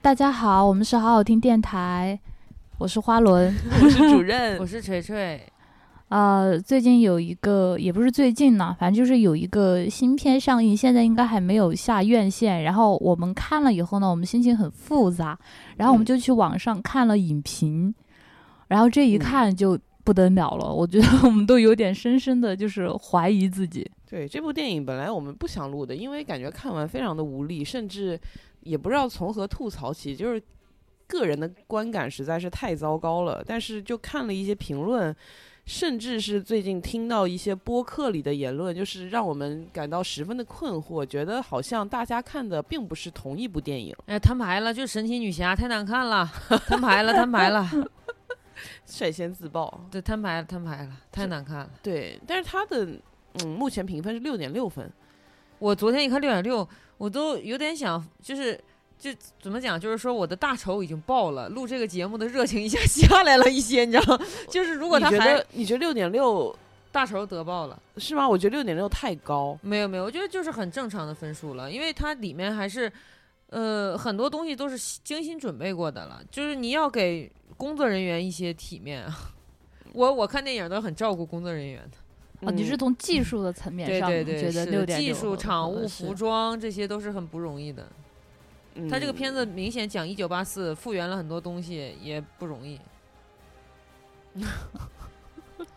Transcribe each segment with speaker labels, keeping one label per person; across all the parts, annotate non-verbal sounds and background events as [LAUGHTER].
Speaker 1: 大家好，我们是好好听电台，我是花轮。
Speaker 2: 我是主
Speaker 3: [LAUGHS]
Speaker 2: 任
Speaker 3: 我，是锤锤，
Speaker 1: 呃，最近有一个，也不是最近呢，反正就是有一个新片上映，现在应该还没有下院线。然后我们看了以后呢，我们心情很复杂，然后我们
Speaker 2: 嗯
Speaker 1: 就去网上看了影评，然后这一看就不得了了，我觉得我们都有点深深的就是怀疑自己。
Speaker 2: 对这部电影本来我们不想录的，因为感觉看完非常的无力，甚至也不知道从何吐槽起，就是个人的观感实在是太糟糕了。但是就看了一些评论，甚至是最近听到一些播客里的言论，就是让我们感到十分的困惑，觉得好像大家看的并不是同一部电影。
Speaker 3: 哎，摊牌了，就神奇女侠太难看了，摊牌了，摊牌了，
Speaker 2: 率先自爆，
Speaker 3: 对，摊牌了，摊牌了，太难看了。
Speaker 2: 对，但是他的嗯，目前评分是六点六分，
Speaker 3: 我昨天一看六点六，我都有点想，就是就怎么讲，就是说我的大仇已经爆了，录这个节目的热情一下 [LAUGHS] 下来了一些，你知道吗？就是如
Speaker 2: 如
Speaker 3: 果他
Speaker 2: 你觉
Speaker 3: 还
Speaker 2: 得你觉得六点六
Speaker 3: 大仇得爆了。
Speaker 2: 是吗？我觉得六点六太高。
Speaker 3: 没有没有，我觉得就是很正常的分数了，因为它里面还是，呃，很多东西都是西精心准备过的了，就是你要给工作人员一些体面 [LAUGHS] 啊。我我看电影都很照顾工作人员的，
Speaker 1: 哦，你是从技术的层面
Speaker 3: 对
Speaker 1: 上
Speaker 3: 嗯对对，
Speaker 1: 觉得
Speaker 3: 是
Speaker 1: 六点
Speaker 3: 技术、场务、
Speaker 1: 是
Speaker 3: 服装这些都是很不容易的。
Speaker 2: 嗯
Speaker 3: 他这个片子明显讲一九八四，复原了很多东西，也不容易。 [LAUGHS]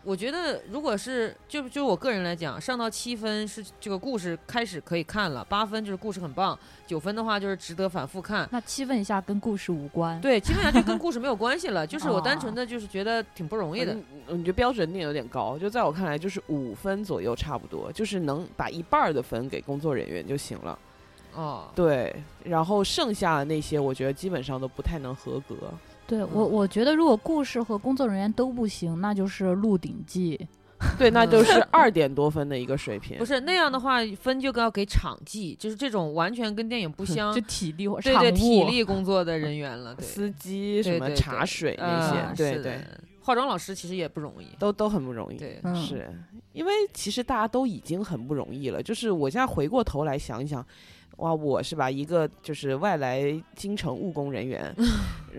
Speaker 3: 我觉得，如果是就就我个人来讲，上到七分是这个故事开始可以看了，八分就是故事很棒，九分的话就是值得反
Speaker 1: [LAUGHS]
Speaker 3: 复看。
Speaker 1: 那七问一下，跟故事无关。
Speaker 3: 对，基本上就跟故事没有关系了，就是我单纯的就是觉得挺不容易的。
Speaker 2: 嗯我觉得标准点有点高，就在我看来，就是五分左右差不多，就是能把一半儿的分给工作人员就行了。
Speaker 3: 哦，
Speaker 2: 对，然后剩下的那些，我觉得基本上都不太能合 [LAUGHS] 格。
Speaker 1: 对我，
Speaker 3: 嗯
Speaker 1: 我觉得如果故事和工作人员都不行，那就是《鹿鼎记》。
Speaker 2: 对，那就是 [LAUGHS] 二点多分的一个水平。
Speaker 3: 不是那样的话，分就要给场记，就是这种完全跟电影不
Speaker 1: [LAUGHS]
Speaker 3: 相
Speaker 1: 就，体力或
Speaker 3: 嗯对
Speaker 1: 场
Speaker 3: 对，
Speaker 1: 务
Speaker 3: 体力工作的人员了。对。
Speaker 2: 司机
Speaker 3: 对
Speaker 2: 什么
Speaker 3: 对
Speaker 2: 茶
Speaker 3: 对
Speaker 2: 水
Speaker 3: 啊
Speaker 2: 那些，嗯对
Speaker 3: 是
Speaker 2: 对，
Speaker 3: 的化妆老师其实也不容易。
Speaker 2: 都都很不容易。
Speaker 3: 对，
Speaker 1: 嗯
Speaker 2: 是因为其实大家都已经很不容易了，就是我现在回过头来想一想，哇，我是吧，一个就是外来京城务工人员，
Speaker 3: 嗯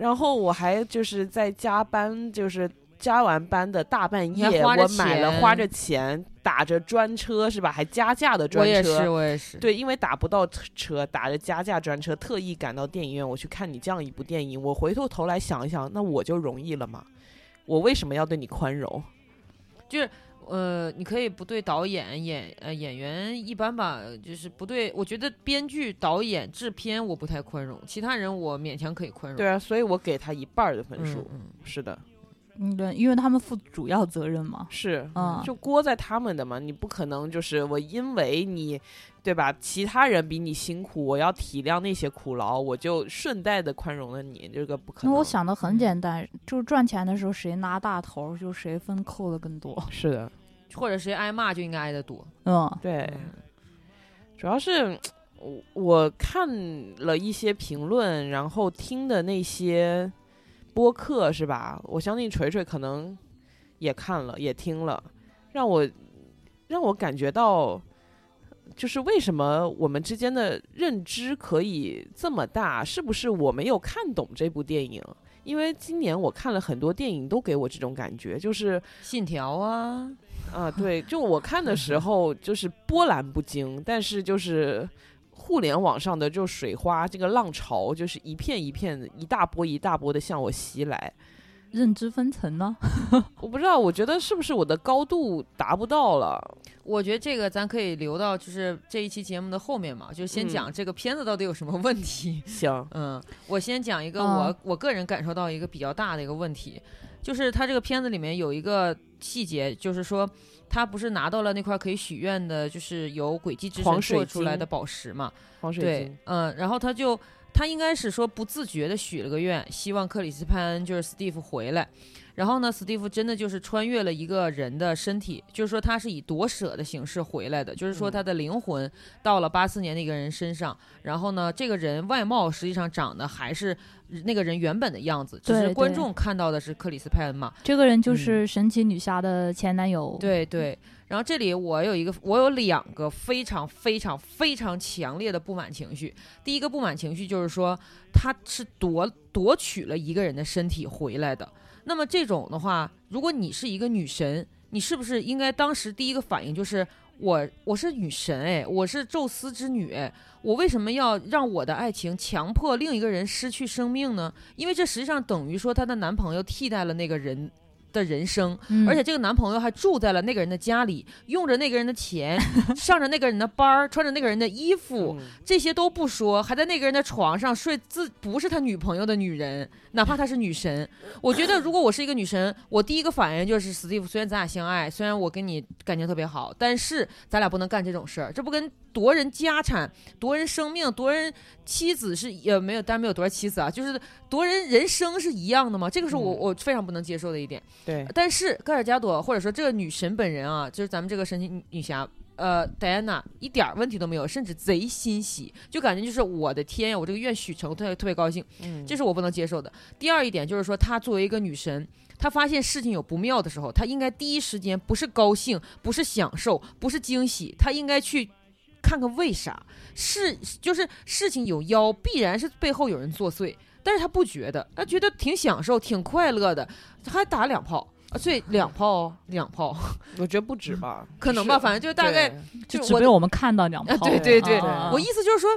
Speaker 2: [LAUGHS] 然后我还就是在加班，就是。加完班的大半
Speaker 3: 你还
Speaker 2: 夜，
Speaker 3: 花着
Speaker 2: 我买了花
Speaker 3: 钱
Speaker 2: 着钱打着专车是吧？还加价的
Speaker 3: 我
Speaker 2: 专
Speaker 3: 也是，
Speaker 2: 车，
Speaker 3: 我也是。，
Speaker 2: 对，因为打不到车车，打着加价专车，特意赶到电影院，我去看你这样一部电影。我回过头来想一想，那我就容易了吗？我为什么要对你宽容？
Speaker 3: 呃，你可以不对导演、演呃演员一般吧，就是不对。我觉得编剧、导演、制片我不太宽容，其他人我勉强可以宽容。
Speaker 2: 对啊，所以我给他一半儿的分
Speaker 3: 嗯
Speaker 2: 数。
Speaker 3: 嗯
Speaker 2: 是的，
Speaker 1: 嗯，对，因为他们负主要责任嘛。
Speaker 2: 是，
Speaker 1: 嗯，
Speaker 2: 就锅在他们的嘛，你不可能就是我因为你，对吧？其他人比你辛苦，我要体谅那些苦劳，我就顺带的宽容了你，这个不可
Speaker 1: 因
Speaker 2: 能。
Speaker 1: 为我想的
Speaker 3: 嗯
Speaker 1: 很简单，就是赚钱的时候谁拿大头，就谁分扣的更多。
Speaker 2: 是的，
Speaker 3: 嗯或者谁挨骂就应该挨得多。
Speaker 1: 嗯，
Speaker 2: 对，
Speaker 3: 嗯
Speaker 2: 主要是我我看了一些评论，然后听的那些播客是吧？我相信锤锤可能也看了，也听了，让我让我感觉到，就是为什么我们之间的认知可以这么大？是不是我没有看懂这部电影？因为今年我看了很多电影，都给我这种感觉，就是
Speaker 3: 信条啊，
Speaker 2: 啊，对，就我看的时候就是波澜不惊，但是就是互联网上的就水花这个浪潮，就是一片一片的，一大波一大波的向我袭来。
Speaker 1: 认知分层呢？ [LAUGHS]
Speaker 2: 我不知道，我觉得是不是我的高度达不到了？
Speaker 3: 我觉得这个咱可以留到就是这一期节目的后面嘛，就先
Speaker 2: 嗯
Speaker 3: 讲这个片子到底有什么问题。
Speaker 2: 行，
Speaker 3: 嗯，我先讲一个我、
Speaker 2: 嗯
Speaker 1: 啊
Speaker 3: 我个人感受到一个比较大的一个问题，就是他这个片子里面有一个细节，就是说他不是拿到了那块可以许愿的，就是由轨迹之
Speaker 2: 黄
Speaker 3: 神
Speaker 2: 水
Speaker 3: 做出来
Speaker 2: 晶
Speaker 3: 的宝石嘛？
Speaker 2: 黄水
Speaker 3: 对
Speaker 2: 晶，，
Speaker 3: 嗯，然后他就他应该是说不自觉的许了个愿，希望克里斯潘恩就是 Steve 回来。然后呢，史蒂夫真的就是穿越了一个人的身体，就是说他是以夺舍的形式回来的，就是说
Speaker 2: 嗯
Speaker 3: 他的灵魂到了八四年的一个人身上。然后呢，这个人外貌实际上长得还是那个人原本的样子，只
Speaker 1: 对
Speaker 3: 是
Speaker 1: 对
Speaker 3: 观众看到的是克里斯派恩嘛。
Speaker 1: 这个人就是神奇女侠的前男友，
Speaker 3: 嗯对对，然后这里我有一个，我有两个非常非常非常强烈的不满情绪。第一个不满情绪就是说，他是夺夺取了一个人的身体回来的。那么这种的话，如果你是一个女神，你是不是应该当时第一个反应就是我我是女神哎，我是宙斯之女哎，我为什么要让我的爱情强迫另一个人失去生命呢？因为这实际上等于说她的男朋友替代了那个人的人生，
Speaker 1: 嗯，
Speaker 3: 而且这个男朋友还住在了那个人的家里，用着那个人的钱， [LAUGHS] 上着那个人的班儿，穿着那个人的衣服，
Speaker 2: 嗯
Speaker 3: 这些都不说，还在那个人的床上睡自不是他女朋友的女人，哪怕她是女神。我觉得如果我是一个女神，我第一个反应就是史蒂夫，虽然咱俩相爱，虽然我跟你感情特别好，但是咱俩不能干这种事儿，这不跟夺人家产、夺人生命、夺人妻子是也没有，当然没有夺人妻子啊，就是夺人人生是一样的吗？这个是我
Speaker 2: 嗯
Speaker 3: 我非常不能接受的一点。
Speaker 2: 对，
Speaker 3: 但是盖尔加朵或者说这个女神本人啊，就是咱们这个神奇女女侠。呃，戴安娜一点儿问题都没有，甚至贼欣喜，就感觉就是我的天呀，我这个愿许成，特别特别高兴，
Speaker 2: 嗯
Speaker 3: 这是我不能接受的。第二一点就是说，她作为一个女神，她发现事情有不妙的时候，她应该第一时间不是高兴，不是享受，不是惊喜，她应该去看看为啥事，就是事情有妖，必然是背后有人作祟。但是她不觉得，她觉得挺享受，挺快乐的，还打了两炮。啊，对，两炮哦，两炮，
Speaker 2: 我觉得不止吧，
Speaker 3: 可能吧，反正就大概
Speaker 2: 对
Speaker 1: 就
Speaker 3: 就
Speaker 1: 只
Speaker 3: 我
Speaker 1: 被
Speaker 3: 的
Speaker 1: 我们看到两
Speaker 3: 啊，
Speaker 1: 炮。
Speaker 3: 对对对，
Speaker 1: 啊
Speaker 3: 我意思就是说，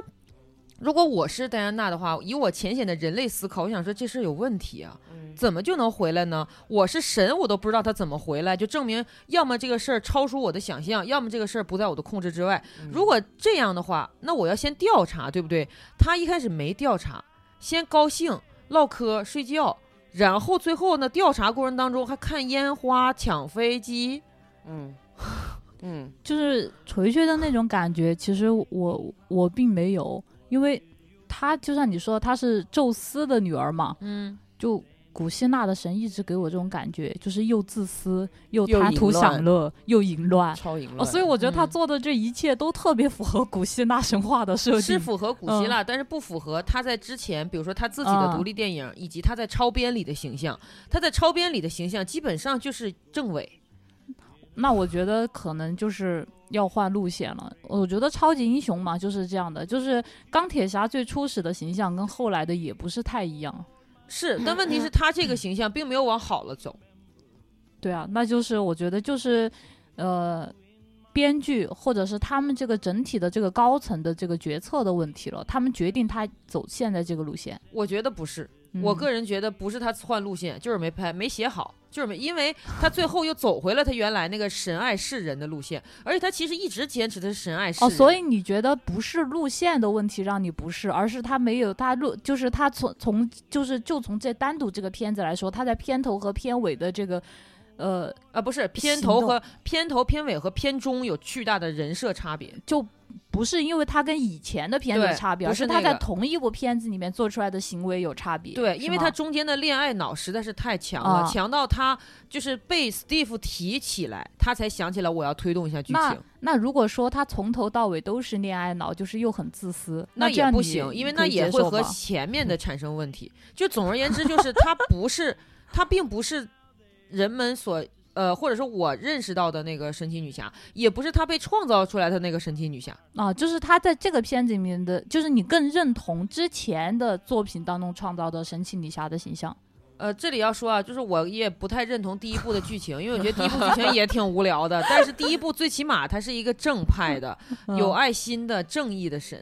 Speaker 3: 如果我是戴安娜的话，以我浅显的人类思考，我想说这事儿有问题啊，
Speaker 2: 嗯
Speaker 3: 怎么就能回来呢？我是神，我都不知道他怎么回来，就证明要么这个事儿超出我的想象，要么这个事儿不在我的控制之外。
Speaker 2: 嗯
Speaker 3: 如果这样的话，那我要先调查，对不对？他一开始没调查，先高兴唠嗑睡觉。然后最后呢？调查过程当中还看烟花、抢飞机，
Speaker 2: 嗯嗯
Speaker 1: 就是锤锤的那种感觉，其实我我并没有，因为她就像你说她是宙斯的女儿嘛，
Speaker 3: 嗯，
Speaker 1: 就古希腊的神一直给我这种感觉，就是又自私又
Speaker 2: 又
Speaker 1: 贪
Speaker 2: 淫
Speaker 1: 图
Speaker 2: 乱
Speaker 1: 享乐又淫乱。
Speaker 2: 超淫乱，
Speaker 1: 哦，所以我觉得他
Speaker 3: 嗯
Speaker 1: 做的这一切都特别符合古希腊神话的设
Speaker 3: 是
Speaker 1: 定。
Speaker 3: 符合古希腊，但是不符合他在之前，比如说他自己的
Speaker 1: 啊
Speaker 3: 独立电影，以及他在超编里的形象。他在超编里的形象基本上就是政委，
Speaker 1: 那我觉得可能就是要换路线了。我觉得超级英雄嘛就是这样的，就是钢铁侠最初始的形象跟后来的也不是太一样。
Speaker 3: 是，
Speaker 1: 嗯
Speaker 3: 但问题是，他这个形象并没有往好了走。
Speaker 1: 对啊，那就是我觉得就是，呃，编剧或者是他们这个整体的这个高层的这个决策的问题了，他们决定他走现在这个路线。
Speaker 3: 我觉得不是，
Speaker 1: 嗯
Speaker 3: 我个人觉得不是他换路线，就是没拍没写好，就是没，因为他最后又走回了他原来那个神爱世人的路线，而且他其实一直坚持的是神爱世人。
Speaker 1: 哦，所以你觉得不是路线的问题让你不适，而是他没有他路，就是他从从就是就从这单独这个片子来说，他在片头和片尾的这个，呃，
Speaker 3: 啊，不是片
Speaker 1: 行
Speaker 3: 头
Speaker 1: 动
Speaker 3: 和片头、片尾和片中有巨大的人设差别。
Speaker 1: 就不是因为他跟以前的片子有
Speaker 3: 对
Speaker 1: 差别，
Speaker 3: 不
Speaker 1: 而
Speaker 3: 是
Speaker 1: 是
Speaker 3: 那
Speaker 1: 他在
Speaker 3: 个
Speaker 1: 同一部片子里面做出来的行为有差别。
Speaker 3: 对，
Speaker 1: 是
Speaker 3: 因为
Speaker 1: 吗
Speaker 3: 他中间的恋爱脑实在是太强了，
Speaker 1: 啊
Speaker 3: 强到他就是被 Steve 提起来，他才想起来我要推动一下剧
Speaker 1: 那
Speaker 3: 情，
Speaker 1: 那如果说他从头到尾都是恋爱脑，就是又很自私，那这
Speaker 3: 也
Speaker 1: 样
Speaker 3: 不
Speaker 1: 你
Speaker 3: 行，因为
Speaker 1: 可
Speaker 3: 那
Speaker 1: 以
Speaker 3: 也
Speaker 1: 接
Speaker 3: 会
Speaker 1: 受
Speaker 3: 和
Speaker 1: 吧嗯
Speaker 3: 前面的产生问题。就总而言之，就是他不是，他并不是人们所。呃，或者说我认识到的那个神奇女侠，也不是她被创造出来的那个神奇女侠，
Speaker 1: 啊，就是他在这个片子里面的，就是你更认同之前的作品当中创造的神奇女侠的形象。
Speaker 3: 呃，这里要说啊，就是我也不太认同第一部的剧情，因为我觉得第一部剧情也挺无聊的。但是第一部最起码它是一个正派的、有
Speaker 1: 嗯
Speaker 3: 啊爱心的、正义的神，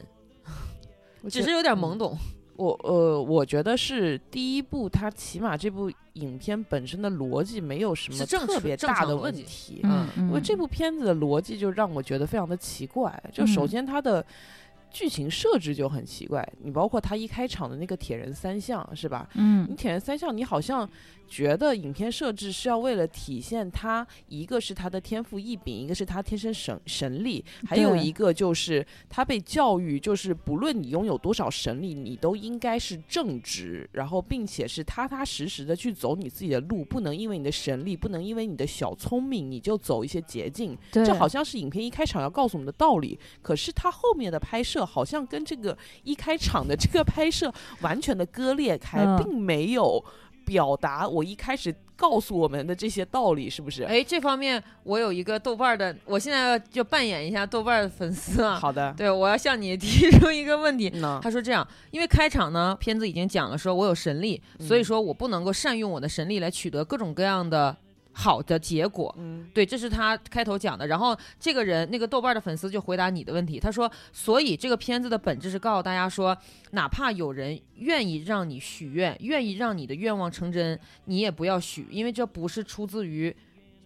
Speaker 2: 我觉
Speaker 3: 只
Speaker 2: 得
Speaker 3: 是有点
Speaker 1: 嗯
Speaker 3: 懵懂。
Speaker 2: 我呃，我觉得是第一部，它起码这部影片本身的逻辑没有什
Speaker 3: 是
Speaker 2: 么
Speaker 3: 正
Speaker 2: 特
Speaker 3: 常
Speaker 2: 别
Speaker 3: 正
Speaker 2: 大
Speaker 3: 常
Speaker 2: 的
Speaker 3: 逻
Speaker 2: 问
Speaker 3: 辑
Speaker 2: 题。
Speaker 1: 嗯，
Speaker 2: 因为
Speaker 1: 嗯
Speaker 2: 这部片子的逻辑就让我觉得非常的奇怪。就首
Speaker 1: 嗯
Speaker 2: 先它的剧情设置就很奇怪。你包括他一开场的那个铁人三项是吧？你
Speaker 1: 嗯
Speaker 2: 铁人三项，你好像觉得影片设置是要为了体现他一个是他的天赋异禀，一个是他天生神神力，还有
Speaker 1: 对
Speaker 2: 一个就是他被教育，就是不论你拥有多少神力，你都应该是正直，然后并且是踏踏实实的去走你自己的路，不能因为你的神力，不能因为你的小聪明，你就走一些捷径。
Speaker 1: 对，
Speaker 2: 这
Speaker 1: [LAUGHS]
Speaker 2: 好像是影片一开场要告诉我们的道理，可是它后面的拍摄好像跟这个一开场的这个拍摄完全的割裂开，
Speaker 1: 嗯
Speaker 2: 并没有表达我一开始告诉我们的这些道理，是不是？
Speaker 3: 哎，这方面我有一个豆瓣儿的，我现在就扮演一下豆瓣儿的粉丝啊。
Speaker 2: 好的，嗯
Speaker 3: 对，我要向你 [LAUGHS] 提出一个问题。
Speaker 2: 那
Speaker 3: 他说这样，因为开场呢，片子已经讲了，说我有神力，所以
Speaker 2: 嗯
Speaker 3: 说我不能够善用我的神力来取得各种各样的好的结果。
Speaker 2: 嗯，
Speaker 3: 对，这是他开头讲的。然后这个人，那个豆瓣的粉丝就回答你的问题，他说：“所以这个片子的本质是告诉大家说，哪怕有人愿意让你许愿，愿意让你的愿望成真，你也不要许，因为这不是出自于，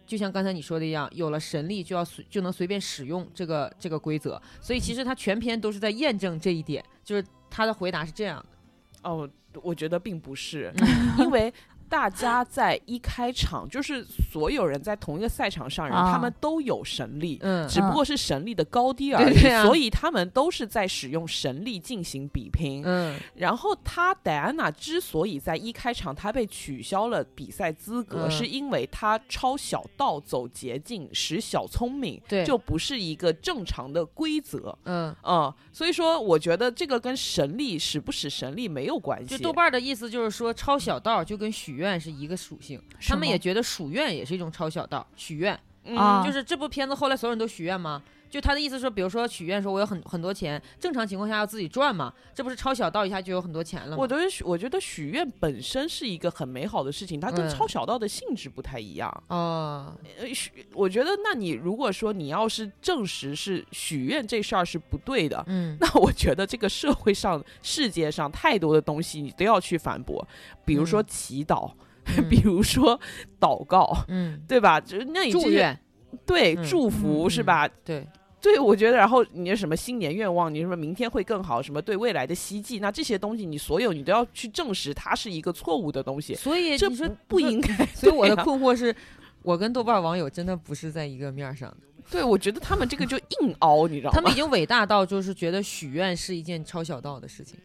Speaker 3: 就像刚才你说的一样，有了神力就要随就能随便使用这个这个规则。所以其实他全篇都是在验证这一点，就是他的回答是这样的。
Speaker 2: 哦，我觉得并不是，
Speaker 3: 嗯
Speaker 2: 因为。大家在一开场，就是所有人在同一个赛场上人，
Speaker 1: 啊
Speaker 2: 他们都有神力，
Speaker 3: 嗯，
Speaker 2: 只不过是神力的高低而
Speaker 3: 对
Speaker 2: 已，
Speaker 3: 对啊
Speaker 2: 所以他们都是在使用神力进行比拼。
Speaker 3: 嗯，
Speaker 2: 然后他戴安娜之所以在一开场她被取消了比赛资格，
Speaker 3: 嗯
Speaker 2: 是因为她抄小道、走捷径、使小聪明，
Speaker 3: 对
Speaker 2: 就不是一个正常的规则。
Speaker 3: 嗯，
Speaker 2: 嗯，所以说我觉得这个跟神力使不使神力没有关
Speaker 3: 就
Speaker 2: 系。
Speaker 3: 豆瓣的意思就是说，抄小道就跟许愿是一个属性。”他们也觉得许愿也是一种抄小道，许愿、
Speaker 2: 嗯
Speaker 1: 啊
Speaker 3: 就是这部片子后来所有人都许愿吗？就他的意思说，比如说许愿说我有很很多钱，正常情况下要自己赚嘛，这不是抄小道一下就有很多钱了吗？
Speaker 2: 我觉得许，我觉得许愿本身是一个很美好的事情，它跟
Speaker 3: 嗯
Speaker 2: 抄小道的性质不太一样。
Speaker 3: 哦，
Speaker 2: 呃，许，我觉得，那你如果说你要是证实是许愿这事儿是不对的，
Speaker 3: 嗯，
Speaker 2: [LAUGHS] 那我觉得这个社会上、 [LAUGHS] 世界上太多的东西你都要去反驳，比如说
Speaker 3: 嗯
Speaker 2: 祈祷， [LAUGHS]
Speaker 3: 嗯
Speaker 2: 比如说祷告，
Speaker 3: 嗯，
Speaker 2: 对吧？就是那你这
Speaker 3: 祝
Speaker 2: 些
Speaker 3: 愿
Speaker 2: 对、
Speaker 3: 嗯
Speaker 2: 祝福、
Speaker 3: 嗯
Speaker 2: 是
Speaker 3: 嗯
Speaker 2: 吧？
Speaker 3: 对，
Speaker 2: 对，我觉得，然后你的什么新年愿望，你什么明天会更好，什么对未来的希冀，那这些东西你所有你都要去证实它是一个错误的东西，
Speaker 3: 所以
Speaker 2: 这
Speaker 3: 你说
Speaker 2: 不不应，该。
Speaker 3: [LAUGHS] 所以我的
Speaker 2: 对啊
Speaker 3: 困惑是。我跟豆瓣网友真的不是在一个面儿上的，
Speaker 2: 对，我觉得他们这个就硬凹，你知道
Speaker 3: 他们
Speaker 2: 吗
Speaker 3: 已？
Speaker 2: [LAUGHS]
Speaker 3: 经伟大到就是觉得许愿是一件抄小道的事情。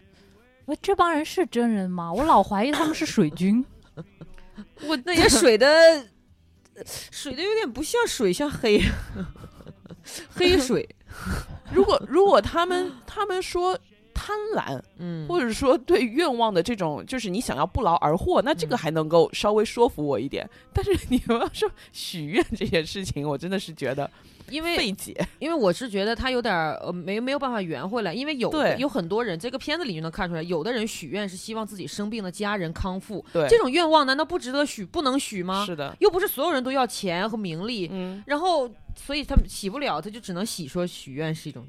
Speaker 1: 喂这帮人是真人吗？我老怀疑他们是水军。
Speaker 3: [LAUGHS] 我那也水的，水的有点不像水，像黑， [LAUGHS] 黑
Speaker 2: [LAUGHS]
Speaker 3: 水。
Speaker 2: 如果如果他们他们说贪婪，
Speaker 3: 嗯，
Speaker 2: 或者说对愿望的这种，就是你想要不劳而获，那这个
Speaker 3: 嗯
Speaker 2: 还能够稍微说服我一点。但是 [LAUGHS] 你们要说许愿这件事情，我真的是觉得
Speaker 3: 因为
Speaker 2: 费解。
Speaker 3: 因为我是觉得他有点儿呃没没有办法圆回来，因为有
Speaker 2: 对
Speaker 3: 有很多人这个片子里就能看出来，有的人许愿是希望自己生病的家人康复，
Speaker 2: 对，
Speaker 3: 这种愿望难道不值得许不能许吗？嗯
Speaker 2: 是的，
Speaker 3: 又不是所有人都要钱和名利，
Speaker 2: 嗯，
Speaker 3: 然后所以他们洗不了，他就只能洗说许愿是一种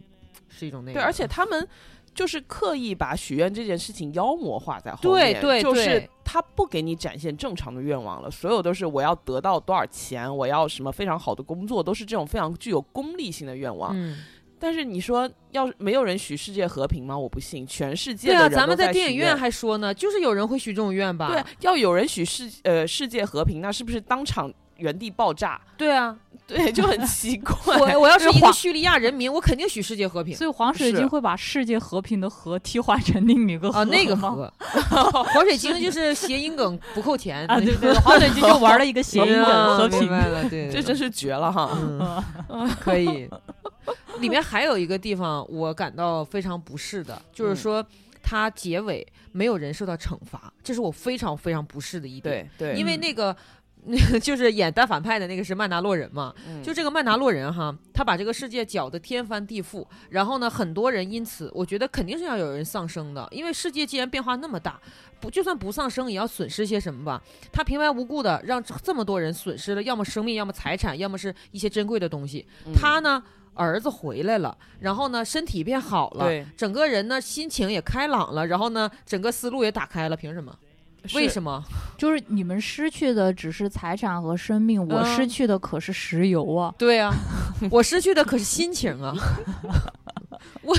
Speaker 3: 是一种那个，
Speaker 2: 对，而且他们就是刻意把许愿这件事情妖魔化在后
Speaker 3: 对
Speaker 2: 面，
Speaker 3: 对
Speaker 2: 就是
Speaker 3: 对。
Speaker 2: 他不给你展现正常的愿望了，所有都是我要得到多少钱，我要什么非常好的工作，都是这种非常具有功利性的愿望。
Speaker 3: 嗯，
Speaker 2: 但是你说，要是没有人许世界和平吗？我不信，全世界
Speaker 3: 对
Speaker 2: 的
Speaker 3: 啊，
Speaker 2: 人
Speaker 3: 咱
Speaker 2: 都
Speaker 3: 们
Speaker 2: 在
Speaker 3: 电
Speaker 2: 许
Speaker 3: 影
Speaker 2: 愿
Speaker 3: 院还说呢，就是有人会许这种愿吧？
Speaker 2: 对，啊要有人许世呃世界和平，那是不是当场原地爆炸？ [LAUGHS]
Speaker 3: 对啊，
Speaker 2: 对，就很奇怪。
Speaker 3: [LAUGHS] 我
Speaker 2: [LAUGHS]
Speaker 3: 我要是一个
Speaker 1: 谎
Speaker 3: 叙利亚人民，我肯定许世界和平
Speaker 1: 所以黄水
Speaker 2: 是
Speaker 1: 晶会把世界和平的“和”替换成另
Speaker 3: [LAUGHS]
Speaker 1: 哦一个
Speaker 3: 啊，那个
Speaker 1: 吗
Speaker 3: 和
Speaker 1: [LAUGHS]
Speaker 3: 黄水晶就是谐音梗，不扣钱嗯
Speaker 1: 啊，对对，对黄水晶就
Speaker 3: [LAUGHS]
Speaker 1: 玩了一个谐音梗，和
Speaker 3: 啊明
Speaker 1: 平。
Speaker 3: 白了，对，
Speaker 2: 这真
Speaker 3: 是
Speaker 2: 是绝了
Speaker 3: 嗯
Speaker 2: 哈！
Speaker 1: 嗯
Speaker 3: 可以。里面还有一个地方我感到非常不适的，就是
Speaker 1: 嗯
Speaker 3: 说它结尾没有人受到惩罚，这是我非常非常不适的一点。
Speaker 2: 对对，
Speaker 3: 因为
Speaker 1: 嗯
Speaker 3: 那个。 [LAUGHS] 就是演大反派的那个是曼达洛人嘛，
Speaker 2: 嗯
Speaker 3: 就这个曼达洛人哈，他把这个世界搅得天翻地覆，然后呢，很多人因此，我觉得肯定是要有人丧生的，因为世界既然变化那么大，不就算不丧生，也要损失些什么吧？他平白无故的让这这么多人损失了，要么生命，要么财产，要么是一些珍贵的东西。
Speaker 2: 嗯
Speaker 3: 他呢，儿子回来了，然后呢，身体变好了，
Speaker 2: 对
Speaker 3: 整个人呢心情也开朗了，然后呢，整个思路也打开了，凭什么？为什么？
Speaker 1: 就是你们失去的只是财产和生命，我失
Speaker 3: 嗯
Speaker 1: 去的可是
Speaker 2: [LAUGHS]
Speaker 1: 石油啊！
Speaker 3: [LAUGHS] 对啊，我失去的可是心情啊。我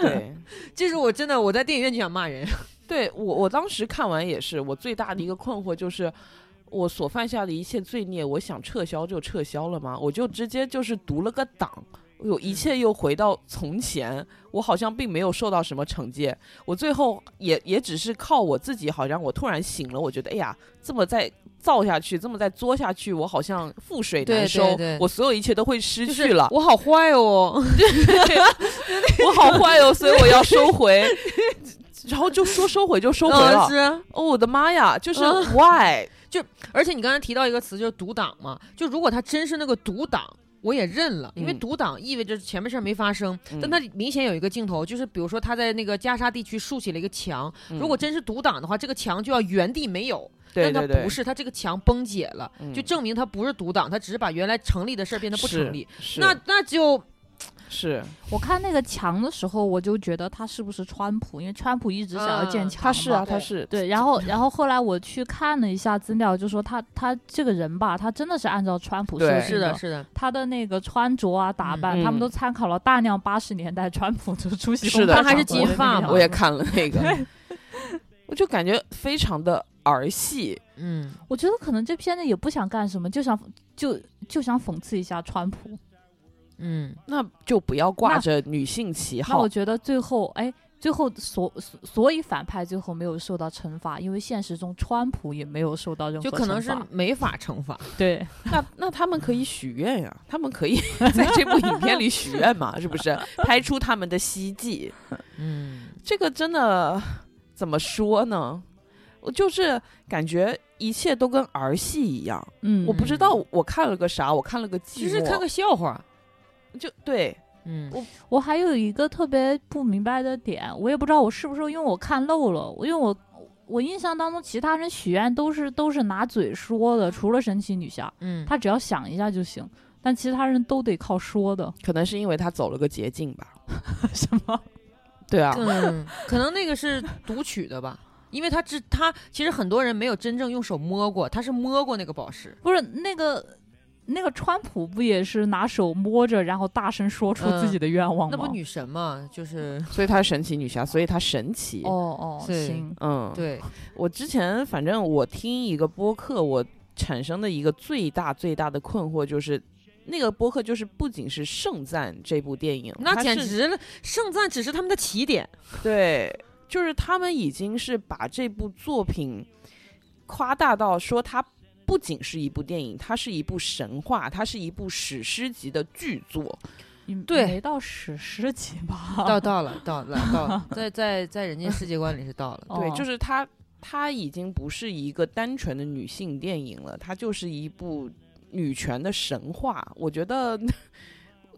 Speaker 2: 对，
Speaker 3: 这是我真的我在电影院就想骂人，
Speaker 2: 对我我当时看完也是，我最大的一个困惑就是，我所犯下的一切罪孽，我想撤销就撤销了吗？我就直接就是读了个档。有
Speaker 3: 嗯
Speaker 2: 一切又回到从前，我好像并没有受到什么惩戒，我最后也也只是靠我自己，好像我突然醒了，我觉得哎呀，这么再造下去，这么再作下去，我好像覆水
Speaker 3: 对
Speaker 2: 难
Speaker 3: 对
Speaker 2: 收，
Speaker 3: 对
Speaker 2: 我所有一切都会失
Speaker 3: 就是 [LAUGHS]
Speaker 2: 去了，嗯
Speaker 3: 我好坏哦， [LAUGHS]
Speaker 2: 我好坏哦，所以我要收回， [LAUGHS] 然后就说收回就收回了
Speaker 3: 嗯，是啊
Speaker 2: 哦，我的妈呀，就是
Speaker 3: 嗯
Speaker 2: [LAUGHS] why？、
Speaker 3: 而且你刚才提到一个词，就是独挡嘛，就如果他真是那个独挡，我也认了，因为
Speaker 2: 嗯
Speaker 3: 独挡意味着前面事儿没发生。
Speaker 2: 嗯
Speaker 3: 但他明显有一个镜头，就是比如说他在那个加沙地区竖起了一个墙，如果
Speaker 2: 嗯
Speaker 3: 真是独挡的话，这个墙就要原地没有。
Speaker 2: 对
Speaker 3: 但
Speaker 2: 对
Speaker 3: 他
Speaker 2: 对
Speaker 3: 不是，他这个墙崩解了，就
Speaker 2: 嗯
Speaker 3: 证明他不是独挡，他只是把原来成立的事儿变得不成立。，
Speaker 2: 是
Speaker 3: 那那就是
Speaker 1: 我看那个墙的时候，我就觉得他是不是川普，因为川普一直想要建
Speaker 3: 嗯
Speaker 1: 墙嘛、
Speaker 2: 他是啊，
Speaker 3: 对
Speaker 2: 他是
Speaker 1: 对，然后然后后来我去看了一下资料，就说他他这个人吧，他真的是按照川普设
Speaker 2: 对
Speaker 1: 计
Speaker 3: 是的，是的，
Speaker 1: 他的那个穿着啊、打扮，
Speaker 2: 嗯
Speaker 1: 他们都参考了大量八十年代川普的出席
Speaker 2: 是的
Speaker 1: 公开
Speaker 2: 他还是
Speaker 1: 场合的
Speaker 3: 金发
Speaker 1: 那
Speaker 3: 嘛
Speaker 1: 种
Speaker 2: 我也看了那个，我就感觉非常的儿戏，
Speaker 3: 嗯，
Speaker 1: 我觉得可能这片子也不想干什么，就想就就想讽刺一下川普。
Speaker 3: 嗯，
Speaker 2: 那就不要挂
Speaker 1: 那
Speaker 2: 着女性旗
Speaker 1: 那
Speaker 2: 号
Speaker 1: 我，觉得最后，哎，最后所所所以反派最后没有受到惩罚，因为现实中川普也没有受到任何
Speaker 3: 就
Speaker 1: 惩罚。
Speaker 3: 可能是没法惩罚。
Speaker 1: 对，
Speaker 2: 那那他们可以许愿呀、他们 [LAUGHS] 可以在这部影片里许愿嘛，是不是？拍出他们的希冀，
Speaker 3: 嗯，
Speaker 2: 这个真的怎么说呢？我就是感觉一切都跟儿戏一样，
Speaker 1: 嗯，
Speaker 2: 我不知道我看了个啥，我看了个寂寞，
Speaker 3: 就是看个笑话。
Speaker 2: 就对，
Speaker 3: 嗯，
Speaker 1: 我还有一个特别不明白的点，我也不知道我是不是因为我看漏了，我因为我我印象当中其他人许愿都是都是拿嘴说的，除了神奇女侠，
Speaker 3: 嗯，
Speaker 1: 她只要想一下就行，但其他人都得靠说
Speaker 3: [LAUGHS]
Speaker 1: 的。
Speaker 2: 可能是因为他走了个捷径吧。
Speaker 1: 什么？
Speaker 2: 对啊，
Speaker 3: 嗯，可能那个是读取的吧，因为他只他其实很多人没有真正用手摸过，他是摸过那个宝石。
Speaker 1: 不是那个那个川普不也是拿手摸着，然后大声说出自己的愿望吗？
Speaker 3: 嗯那不女神嘛，
Speaker 2: [LAUGHS]
Speaker 3: 就是
Speaker 2: [LAUGHS] 所以她是神奇女侠，所以她神奇。
Speaker 1: 哦哦，
Speaker 3: 对
Speaker 1: 行，
Speaker 2: 嗯，，
Speaker 3: 对，
Speaker 2: 我之前反正我听一个播客，我产生的一个最大最大的困惑就是，那个播客就是不仅是盛赞这部电影，
Speaker 3: 那
Speaker 2: 它
Speaker 3: 简
Speaker 2: 是
Speaker 3: 直了，盛赞只是他们的起
Speaker 2: [LAUGHS]
Speaker 3: 点。
Speaker 2: 对，就是他们已经是把这部作品夸大到说它。不仅是一部电影，它是一部神话，它是一部史诗级的巨作。
Speaker 1: 嗯
Speaker 3: 对
Speaker 1: 没到史诗级吧？
Speaker 3: 到到了，到了，到了，在在在人家世界观里是到了的。
Speaker 1: 哦
Speaker 2: [LAUGHS] 对，就是它，它已经不是一个单纯的女性电影了，它就是一部女权的神话。我觉得， [LAUGHS]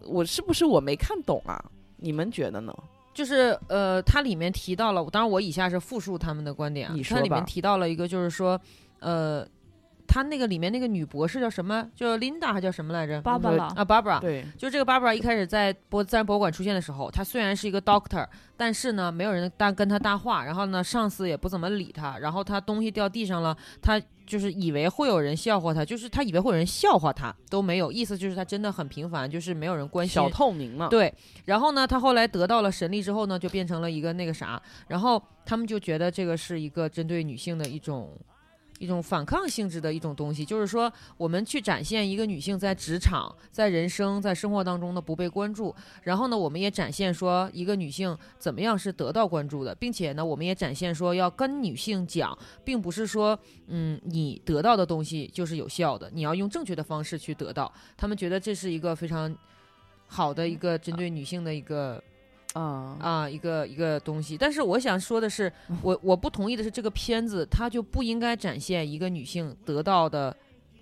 Speaker 2: 我是不是我没看懂啊？你们觉得呢？
Speaker 3: 就是呃，它里面提到了，当然我以下是复述他们的观点啊
Speaker 2: 你。说
Speaker 3: 它里面
Speaker 2: 吧
Speaker 3: 提到了一个，就是说，呃，他那个里面那个女博士叫什么？叫 Linda 还叫什么来着？
Speaker 1: 芭芭拉
Speaker 3: 啊，Barbara。
Speaker 2: 对，
Speaker 3: 就这个 Barbara 一开始在博自然博物馆出现的时候，她虽然是一个 Doctor，但是呢，没有人搭跟她搭话，然后呢，上司也不怎么理她，然后她东西掉地上了，她就是以为会有人笑话她，就是她以为会有人笑话她，都没有，意思就是她真的很平凡，就是没有人关心
Speaker 2: 小。透明嘛。
Speaker 3: 对，然后呢，她后来得到了神力之后呢，就变成了一个那个啥，然后他们就觉得这个是一个针对女性的一种。一种反抗性质的一种东西，就是说，我们去展现一个女性在职场、在人生、在生活当中的不被关注，然后呢，我们也展现说一个女性怎么样是得到关注的，并且呢，我们也展现说要跟女性讲，并不是说，嗯，你得到的东西就是有效的，你要用正确的方式去得到。他们觉得这是一个非常好的一个针对女性的一个
Speaker 2: 啊、
Speaker 3: 啊，一个一个东西。但是我想说的是，我我不同意的是，这个片子它就不应该展现一个女性得到的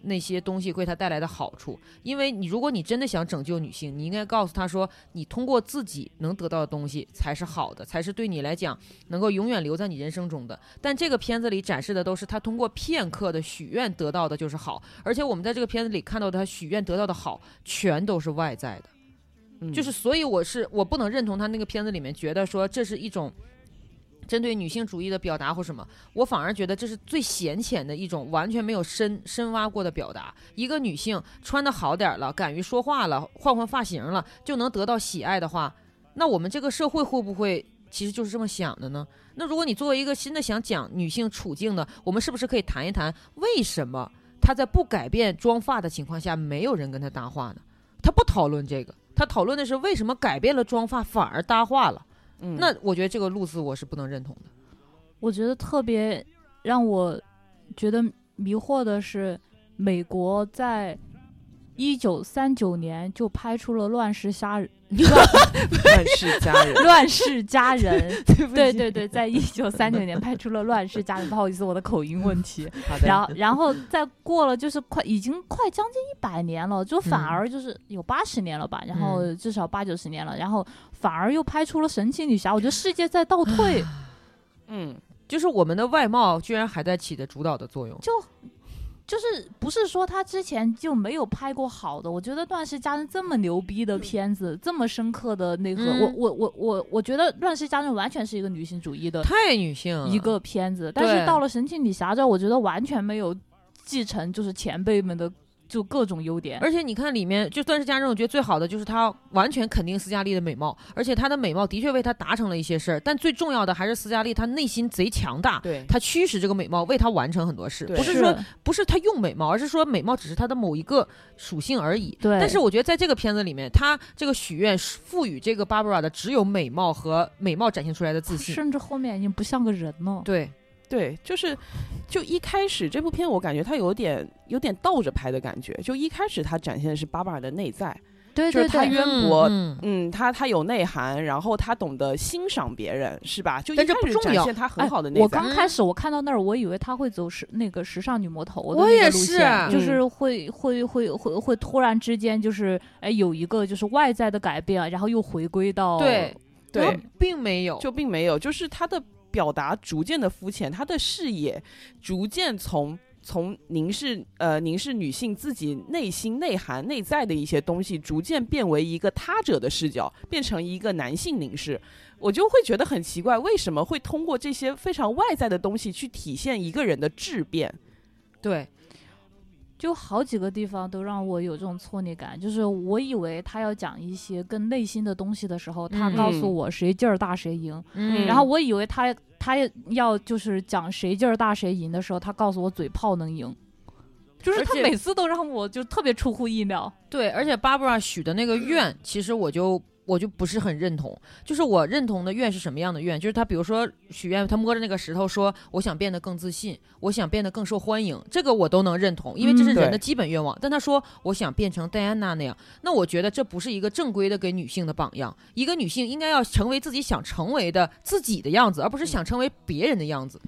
Speaker 3: 那些东西为她带来的好处，因为你如果你真的想拯救女性，你应该告诉她说，你通过自己能得到的东西才是好的，才是对你来讲能够永远留在你人生中的。但这个片子里展示的都是她通过片刻的许愿得到的就是好，而且我们在这个片子里看到的她许愿得到的好，全都是外在的。
Speaker 2: 嗯
Speaker 3: 就是所以我是我不能认同他那个片子里面觉得说这是一种针对女性主义的表达或什么，我反而觉得这是最显浅的一种完全没有深深挖过的表达。一个女性穿的好点儿了，敢于说话了，换换发型了，就能得到喜爱的话。那我们这个社会会不会其实就是这么想的呢？那如果你作为一个新的想讲女性处境的，我们是不是可以谈一谈为什么她在不改变妆发的情况下，没有人跟她搭话呢？她不讨论这个，她讨论的是为什么改变了妆发反而搭话了。
Speaker 2: 嗯
Speaker 3: 那我觉得这个路子我是不能认同的。，
Speaker 1: 我觉得特别让我觉得迷惑的是，美国在一九三九年就拍出了《乱世佳人》 [LAUGHS]
Speaker 2: 乱世佳人
Speaker 1: 《乱世佳人》
Speaker 3: 对
Speaker 1: [LAUGHS]
Speaker 3: 不
Speaker 1: 对对对，在一九三九年拍出了《乱世佳人》。不好意思，我的口音问题。
Speaker 2: 好的
Speaker 1: 然后，然后再过了，就是快已经快将近一百年了，就
Speaker 3: 嗯
Speaker 1: 反而就是有八十年了吧，然后至少八九十年了，然后反而又拍出了神奇女侠。我觉得世界在倒退，
Speaker 3: 啊
Speaker 2: 嗯，
Speaker 3: 就是我们的外貌居然还在起着主导的作用。
Speaker 1: 就就是不是说他之前就没有拍过好的？我觉得《乱世佳人》这么牛逼的片子，这么深刻的内核，
Speaker 3: 嗯
Speaker 1: 我我我我我觉得《乱世佳人》完全是一个女性主义的
Speaker 3: 太女性了，
Speaker 1: 一个片子，但是
Speaker 3: 嗯对
Speaker 1: 到了《神奇女侠》这儿，我觉得完全没有继承就是前辈们的就各种优点。
Speaker 3: 而且你看里面，就《段氏家人》，我觉得最好的就是她完全肯定斯嘉丽的美貌，而且她的美貌的确为她达成了一些事儿。但最重要的还是斯嘉丽她内心贼强大，
Speaker 2: 对，
Speaker 3: 她驱使这个美貌为她完成很多事。
Speaker 2: 对
Speaker 3: 不是说不是她用美貌，而是说美貌只是她的某一个属性而已。
Speaker 1: 对，
Speaker 3: 但是我觉得在这个片子里面，她这个许愿赋予这个 Barbara 的只有美貌和美貌展现出来的自信。
Speaker 1: 甚至后面已经不像个人了。
Speaker 3: 对，
Speaker 2: 对，就是，就一开始这部片，我感觉它有点有点倒着拍的感觉。就一开始它展现的是巴巴尔的内在，
Speaker 1: 对
Speaker 2: 就
Speaker 1: 对
Speaker 2: 是他
Speaker 1: 对，哎
Speaker 2: 渊博
Speaker 3: 嗯嗯
Speaker 2: 嗯，他他有内涵，然后他懂得欣赏别人，是吧？就一
Speaker 3: 但这
Speaker 2: 开
Speaker 3: 不
Speaker 2: 始
Speaker 3: 重
Speaker 2: 展
Speaker 3: 要
Speaker 2: 现他
Speaker 1: 哎
Speaker 2: 很好的内在。
Speaker 1: 我刚开始我看到那儿，我以为他会走时那个时尚女魔头的
Speaker 3: 我
Speaker 1: 那个
Speaker 3: 也
Speaker 1: 路
Speaker 3: 是
Speaker 1: 线就是会会会会会突然之间就是哎有一个就是外在的改变，然后又回归到
Speaker 3: 嗯对，然后
Speaker 2: 哦对，
Speaker 3: 并没有，
Speaker 2: 就并没有，就是他的表达逐渐的肤浅，他的视野逐渐从从凝视呃凝视女性自己内心内涵内在的一些东西，逐渐变为一个他者的视角，变成一个男性凝视。我就会觉得很奇怪，为什么会通过这些非常外在的东西去体现一个人的质变？
Speaker 3: 对，
Speaker 1: 就好几个地方都让我有这种挫裂感，就是我以为他要讲一些更内心的东西的时候，他
Speaker 3: 嗯
Speaker 1: 告诉我谁劲儿大谁赢，
Speaker 2: 嗯
Speaker 1: 然后我以为他他也要就是讲谁劲儿大谁赢的时候，他告诉我嘴炮能赢，就是
Speaker 3: 而
Speaker 1: 他
Speaker 3: 且
Speaker 1: 每次都让我就特别出乎意料。
Speaker 3: 对，而且 Barbara 许的那个愿，其实我就我就不是很认同。就是我认同的愿是什么样的愿？就是他比如说许愿，他摸着那个石头说：“我想变得更自信，我想变得更受欢迎。”这个我都能认同，因为这是
Speaker 1: 嗯
Speaker 3: 人
Speaker 2: 对
Speaker 3: 的基本愿望。但他说：“我想变成戴安娜那样。”那我觉得这不是一个正规的给女性的榜样。一个女性应该要成为自己想成为的自己的样子，而不是想成为别人的样子。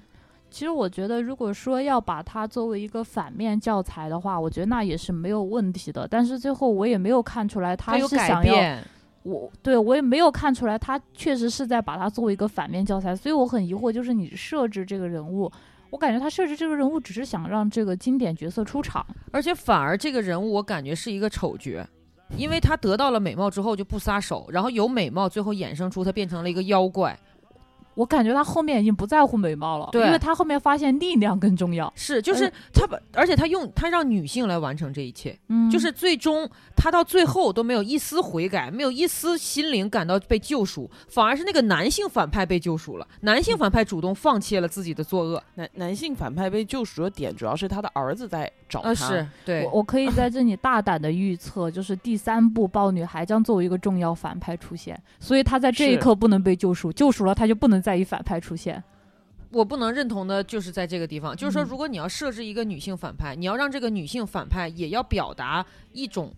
Speaker 1: 其实我觉得，如果说要把它作为一个反面教材的话，我觉得那也是没有问题的。但是最后我也没有看出来
Speaker 3: 她有
Speaker 1: 是
Speaker 3: 改
Speaker 1: 想要
Speaker 3: 变，
Speaker 1: 我，对我也没有看出来他确实是在把它作为一个反面教材，所以我很疑惑，就是你设置这个人物，我感觉他设置这个人物只是想让这个经典角色出场。
Speaker 3: 而且反而这个人物我感觉是一个丑角，因为他得到了美貌之后就不撒手，然后由美貌最后衍生出他变成了一个妖怪。
Speaker 1: 我感觉他后面已经不在乎美貌了，
Speaker 3: 对
Speaker 1: 因为他后面发现力量更重要。
Speaker 3: 是，就是
Speaker 1: 而
Speaker 3: 他把，而且他用他让女性来完成这一切，
Speaker 1: 嗯，
Speaker 3: 就是最终他到最后都没有一丝悔改，没有一丝心灵感到被救赎，反而是那个男性反派被救赎了，男
Speaker 1: 嗯
Speaker 3: 性反派主动放弃了自己的作恶。
Speaker 2: 男男性反派被救赎的点，主要是他的儿子在找他。
Speaker 3: 啊，是对
Speaker 1: 我，我可以在这里大胆的预测，就是第三部豹女孩将作为一个重要反派出现，所以她在这一
Speaker 2: 是
Speaker 1: 刻不能被救赎，救赎了她就不能再以反派出现。
Speaker 3: 我不能认同的就是在这个地方，就是说，
Speaker 1: 嗯
Speaker 3: 如果你要设置一个女性反派，你要让这个女性反派也要表达一种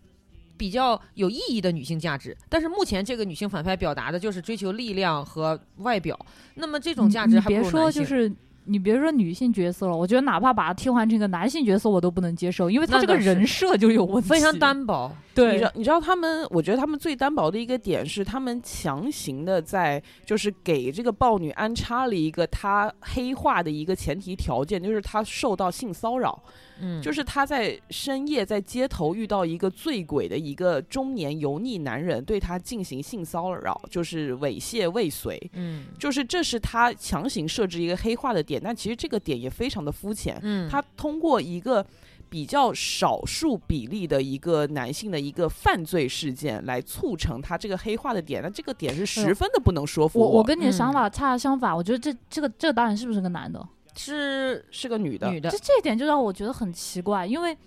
Speaker 3: 比较有意义的女性价值。但是目前这个女性反派表达的就是追求力量和外表，那么这种价值
Speaker 1: 你
Speaker 3: 还不
Speaker 1: 别
Speaker 3: 如
Speaker 1: 说
Speaker 3: 男性
Speaker 1: 就是。你别说女性角色了，我觉得哪怕把她替换成一个男性角色，我都不能接受，因为她
Speaker 3: 那
Speaker 1: 这个
Speaker 3: 倒是
Speaker 1: 人设就有问题，
Speaker 3: 非常。单薄。
Speaker 2: 你知
Speaker 1: 对
Speaker 2: 道，，你知道他们，我觉得他们最单薄的一个点是，他们强行的在就是给这个豹女安插了一个她黑化的一个前提条件，就是她受到性骚扰，
Speaker 3: 嗯，
Speaker 2: 就是她在深夜在街头遇到一个醉鬼的一个中年油腻男人，对她进行性骚扰，就是猥亵未遂。
Speaker 3: 嗯
Speaker 2: 就是这是她强行设置一个黑化的点，但其实这个点也非常的肤浅，
Speaker 3: 嗯，
Speaker 2: 他通过一个比较少数比例的一个男性的一个犯罪事件来促成他这个黑化的点，那这个点是十分的不能说服
Speaker 1: 我我
Speaker 2: 我
Speaker 1: 跟你的想
Speaker 3: 嗯
Speaker 1: 法恰恰相反，我觉得这这个这个导演是不是个男的？
Speaker 3: 是
Speaker 2: 是个女的，
Speaker 3: 女的
Speaker 1: 这，这一点就让我觉得很奇怪，因为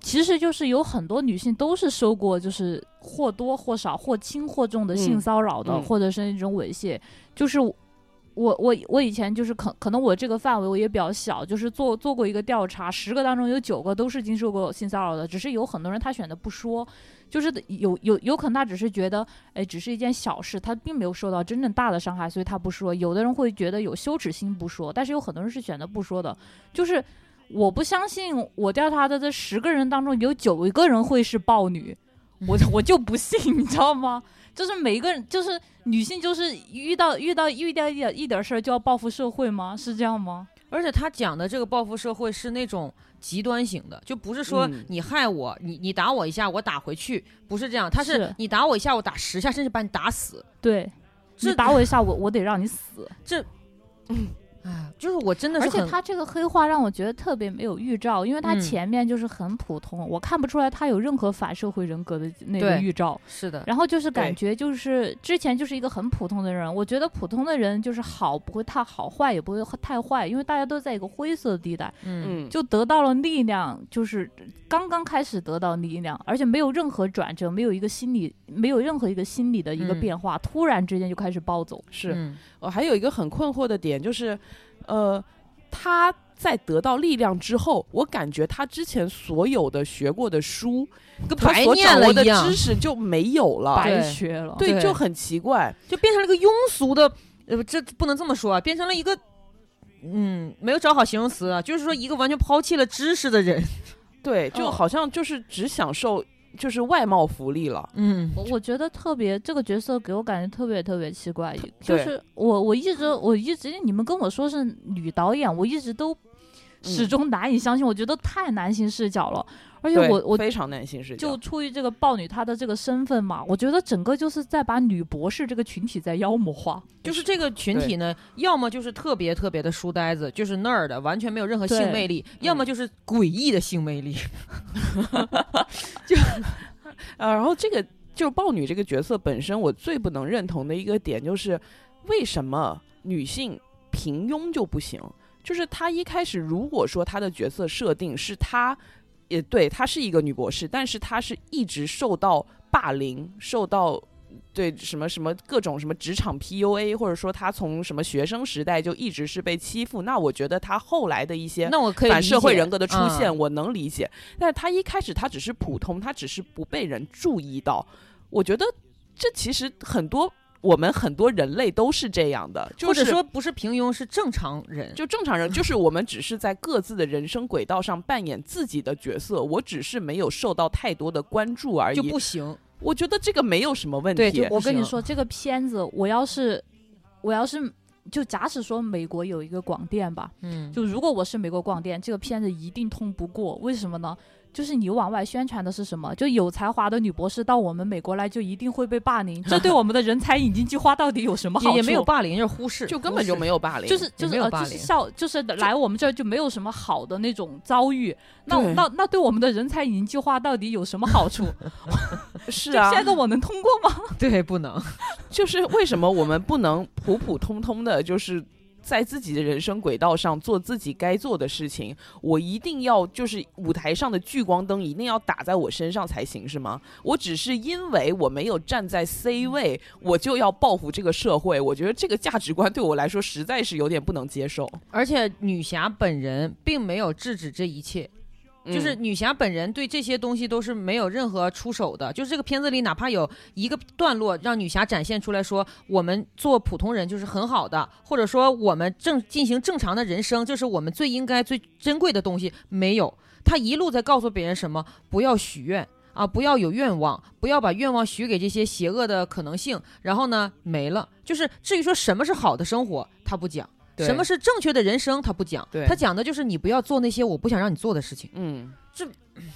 Speaker 1: 其实就是有很多女性都是受过就是或多或少或轻或重的性
Speaker 2: 嗯
Speaker 1: 骚扰的，
Speaker 2: 嗯
Speaker 1: 或者是那种猥亵。就是我我我以前就是可可能我这个范围我也比较小，就是做做过一个调查，十个当中有九个都是经受过性骚扰的，只是有很多人他选择不说，就是有有有可能他只是觉得哎只是一件小事，他并没有受到真正大的伤害，所以他不说。有的人会觉得有羞耻心不说，但是有很多人是选择不说的，就是。我不相信，我调查的这十个人当中有九个人会是暴女，我我就不信，你知道吗？就是每一个人，就是女性，就是遇到遇到遇到一点一点事儿就要报复社会
Speaker 3: 嗯
Speaker 1: 吗？是这样吗？
Speaker 3: 而且他讲的这个报复社会是那种极端型的，就不是说
Speaker 2: 嗯
Speaker 3: 你害我，你你打我一下，我打回去，不是这样，他是
Speaker 1: 是
Speaker 3: 你打我一下，我打十下，甚至把你打死。
Speaker 1: 对，
Speaker 3: 这
Speaker 1: 你打我一下，我我得让你死。
Speaker 3: 哎，就是我真的是
Speaker 1: 而且
Speaker 3: 很，
Speaker 1: 他这个黑化让我觉得特别没有预兆，因为他
Speaker 3: 嗯
Speaker 1: 前面就是很普通，我看不出来他有任何反社会人格的那个
Speaker 3: 对
Speaker 1: 预兆。
Speaker 3: 是的，
Speaker 1: 然后就是感
Speaker 2: 对
Speaker 1: 觉就是之前就是一个很普通的人，我觉得普通的人就是好不会太好，坏也不会太坏，因为大家都在一个灰色地带，
Speaker 3: 嗯，
Speaker 2: 嗯，
Speaker 1: 就得到了力量，就是刚刚开始得到力量，而且没有任何转折，没有一个心理，没有任何一个心理的一个
Speaker 3: 嗯
Speaker 1: 变化，突然之间就开始暴走。
Speaker 2: 是
Speaker 3: 嗯
Speaker 2: 我哦还有一个很困惑的点就是，呃，他在得到力量之后，我感觉他之前所有的学过的书，跟他
Speaker 3: 白
Speaker 2: 所
Speaker 3: 念
Speaker 2: 掌
Speaker 3: 了
Speaker 2: 握
Speaker 3: 一
Speaker 2: 的
Speaker 3: 样
Speaker 2: 知识就没有了，
Speaker 1: 白
Speaker 3: 对
Speaker 1: 学了，
Speaker 2: 对，
Speaker 3: 对
Speaker 2: 就很奇怪。
Speaker 3: 就变成了一个庸俗的，呃，这不能这么说啊，变成了一个。嗯，没有找好形容词啊，就是说一个完全抛弃了知识的人。
Speaker 2: [LAUGHS] 对，就
Speaker 1: 哦
Speaker 2: 好像就是只享受就是外貌福利了。
Speaker 3: 嗯，
Speaker 1: 我我觉得特别这个角色给我感觉特别特别奇怪，就
Speaker 2: 对
Speaker 1: 是我我一直我一直你们跟我说是女导演，我一直都
Speaker 2: 嗯
Speaker 1: 始终难以相信，我觉得太男性视角了，而且
Speaker 2: 对
Speaker 1: 我我
Speaker 2: 非常男性视角，
Speaker 1: 就出于这个豹女她的这个身份嘛，我觉得整个就是在把女博士这个群体在妖魔化，
Speaker 3: 就是这个群体呢，要么就是特别特别的书呆子，就是那儿的，完全没有任何性魅力；要
Speaker 2: 嗯
Speaker 3: 么就是诡异的性魅
Speaker 2: [LAUGHS]
Speaker 3: 力。
Speaker 2: 呃，然后这个就是豹女这个角色本身，我最不能认同的一个点就是，为什么女性平庸就不行？就是她一开始如果说她的角色设定是她，也对，她是一个女博士，但是她是一直受到霸凌，受到。对什么什么各种什么职场 PUA，或者说她从什么学生时代就一直是被欺负，那我觉得她后来的一些
Speaker 3: 那我可以
Speaker 2: 反
Speaker 3: 理
Speaker 2: 社会
Speaker 3: 解
Speaker 2: 人格的出现，
Speaker 3: 嗯
Speaker 2: 我能理解。但是他一开始他只是普通，他只是不被人注意到。我觉得这其实很多我们很多人类都是这样的，就
Speaker 3: 或
Speaker 2: 是
Speaker 3: 者说不是平庸，是正常人。
Speaker 2: 就正常人，就是我们只是在各自的人生轨道上扮演自己的角色，我只是没有受到太多的关注而
Speaker 3: 就
Speaker 2: 已
Speaker 3: 不。行，
Speaker 2: 我觉得这个没有什么问
Speaker 3: 对
Speaker 2: 题
Speaker 3: 就。
Speaker 1: 我跟你
Speaker 3: 行
Speaker 1: 说，这个片子，我要是我要是就假使说美国有一个广电吧，
Speaker 3: 嗯，
Speaker 1: 就如果我是美国广电，这个片子一定通不过。为什么呢？就是你往外宣传的是什么？就有才华的女博士到我们美国来，就一定会被霸
Speaker 3: [LAUGHS]
Speaker 1: 凌，这对我们的人才引进计划到底有什么好
Speaker 3: 也
Speaker 1: 处？
Speaker 3: 也没有霸凌，就是忽视，
Speaker 2: 就根本
Speaker 3: [LAUGHS]
Speaker 2: 就没有霸凌，
Speaker 1: 就是就
Speaker 3: 也
Speaker 1: 是
Speaker 3: 没有
Speaker 1: 呃
Speaker 3: 霸
Speaker 1: 就是
Speaker 3: 凌
Speaker 1: 校就是来我们这儿就没有什么好的那种遭遇，那
Speaker 2: 对
Speaker 1: 那那对我们的人才引进计划到底有什么好
Speaker 3: [LAUGHS]
Speaker 1: 处？
Speaker 2: 是
Speaker 1: 这
Speaker 2: 啊，
Speaker 1: 现在我能通过吗？
Speaker 3: 有，对，不能，
Speaker 2: 就是为什么我们不能普普通通的，就是在自己的人生轨道上做自己该做的事情？我一定要就是舞台上的聚光灯一定要打在我身上才行，是吗？我只是因为我没有站在 C 位，我就要报复这个社会。我觉得这个价值观对我来说实在是有点不能接受。
Speaker 3: 而且女侠本人并没有制止这一切，就是
Speaker 2: 嗯
Speaker 3: 女侠本人对这些东西都是没有任何出手的。就是这个片子里，哪怕有一个段落让女侠展现出来说，我们做普通人就是很好的，或者说我们正进行正常的人生，这是我们最应该、最珍贵的东西，没有。她一路在告诉别人什么，不要许愿。啊，不要有愿望，不要把愿望许给这些邪恶的可能性，然后呢，没了。就是至于说什么是好的生活，她不讲；
Speaker 2: 对
Speaker 3: 什么是正确的人生，她不讲
Speaker 2: 对。
Speaker 3: 她讲的就是你不要做那些我不想让你做的事情。
Speaker 2: 嗯，
Speaker 3: 这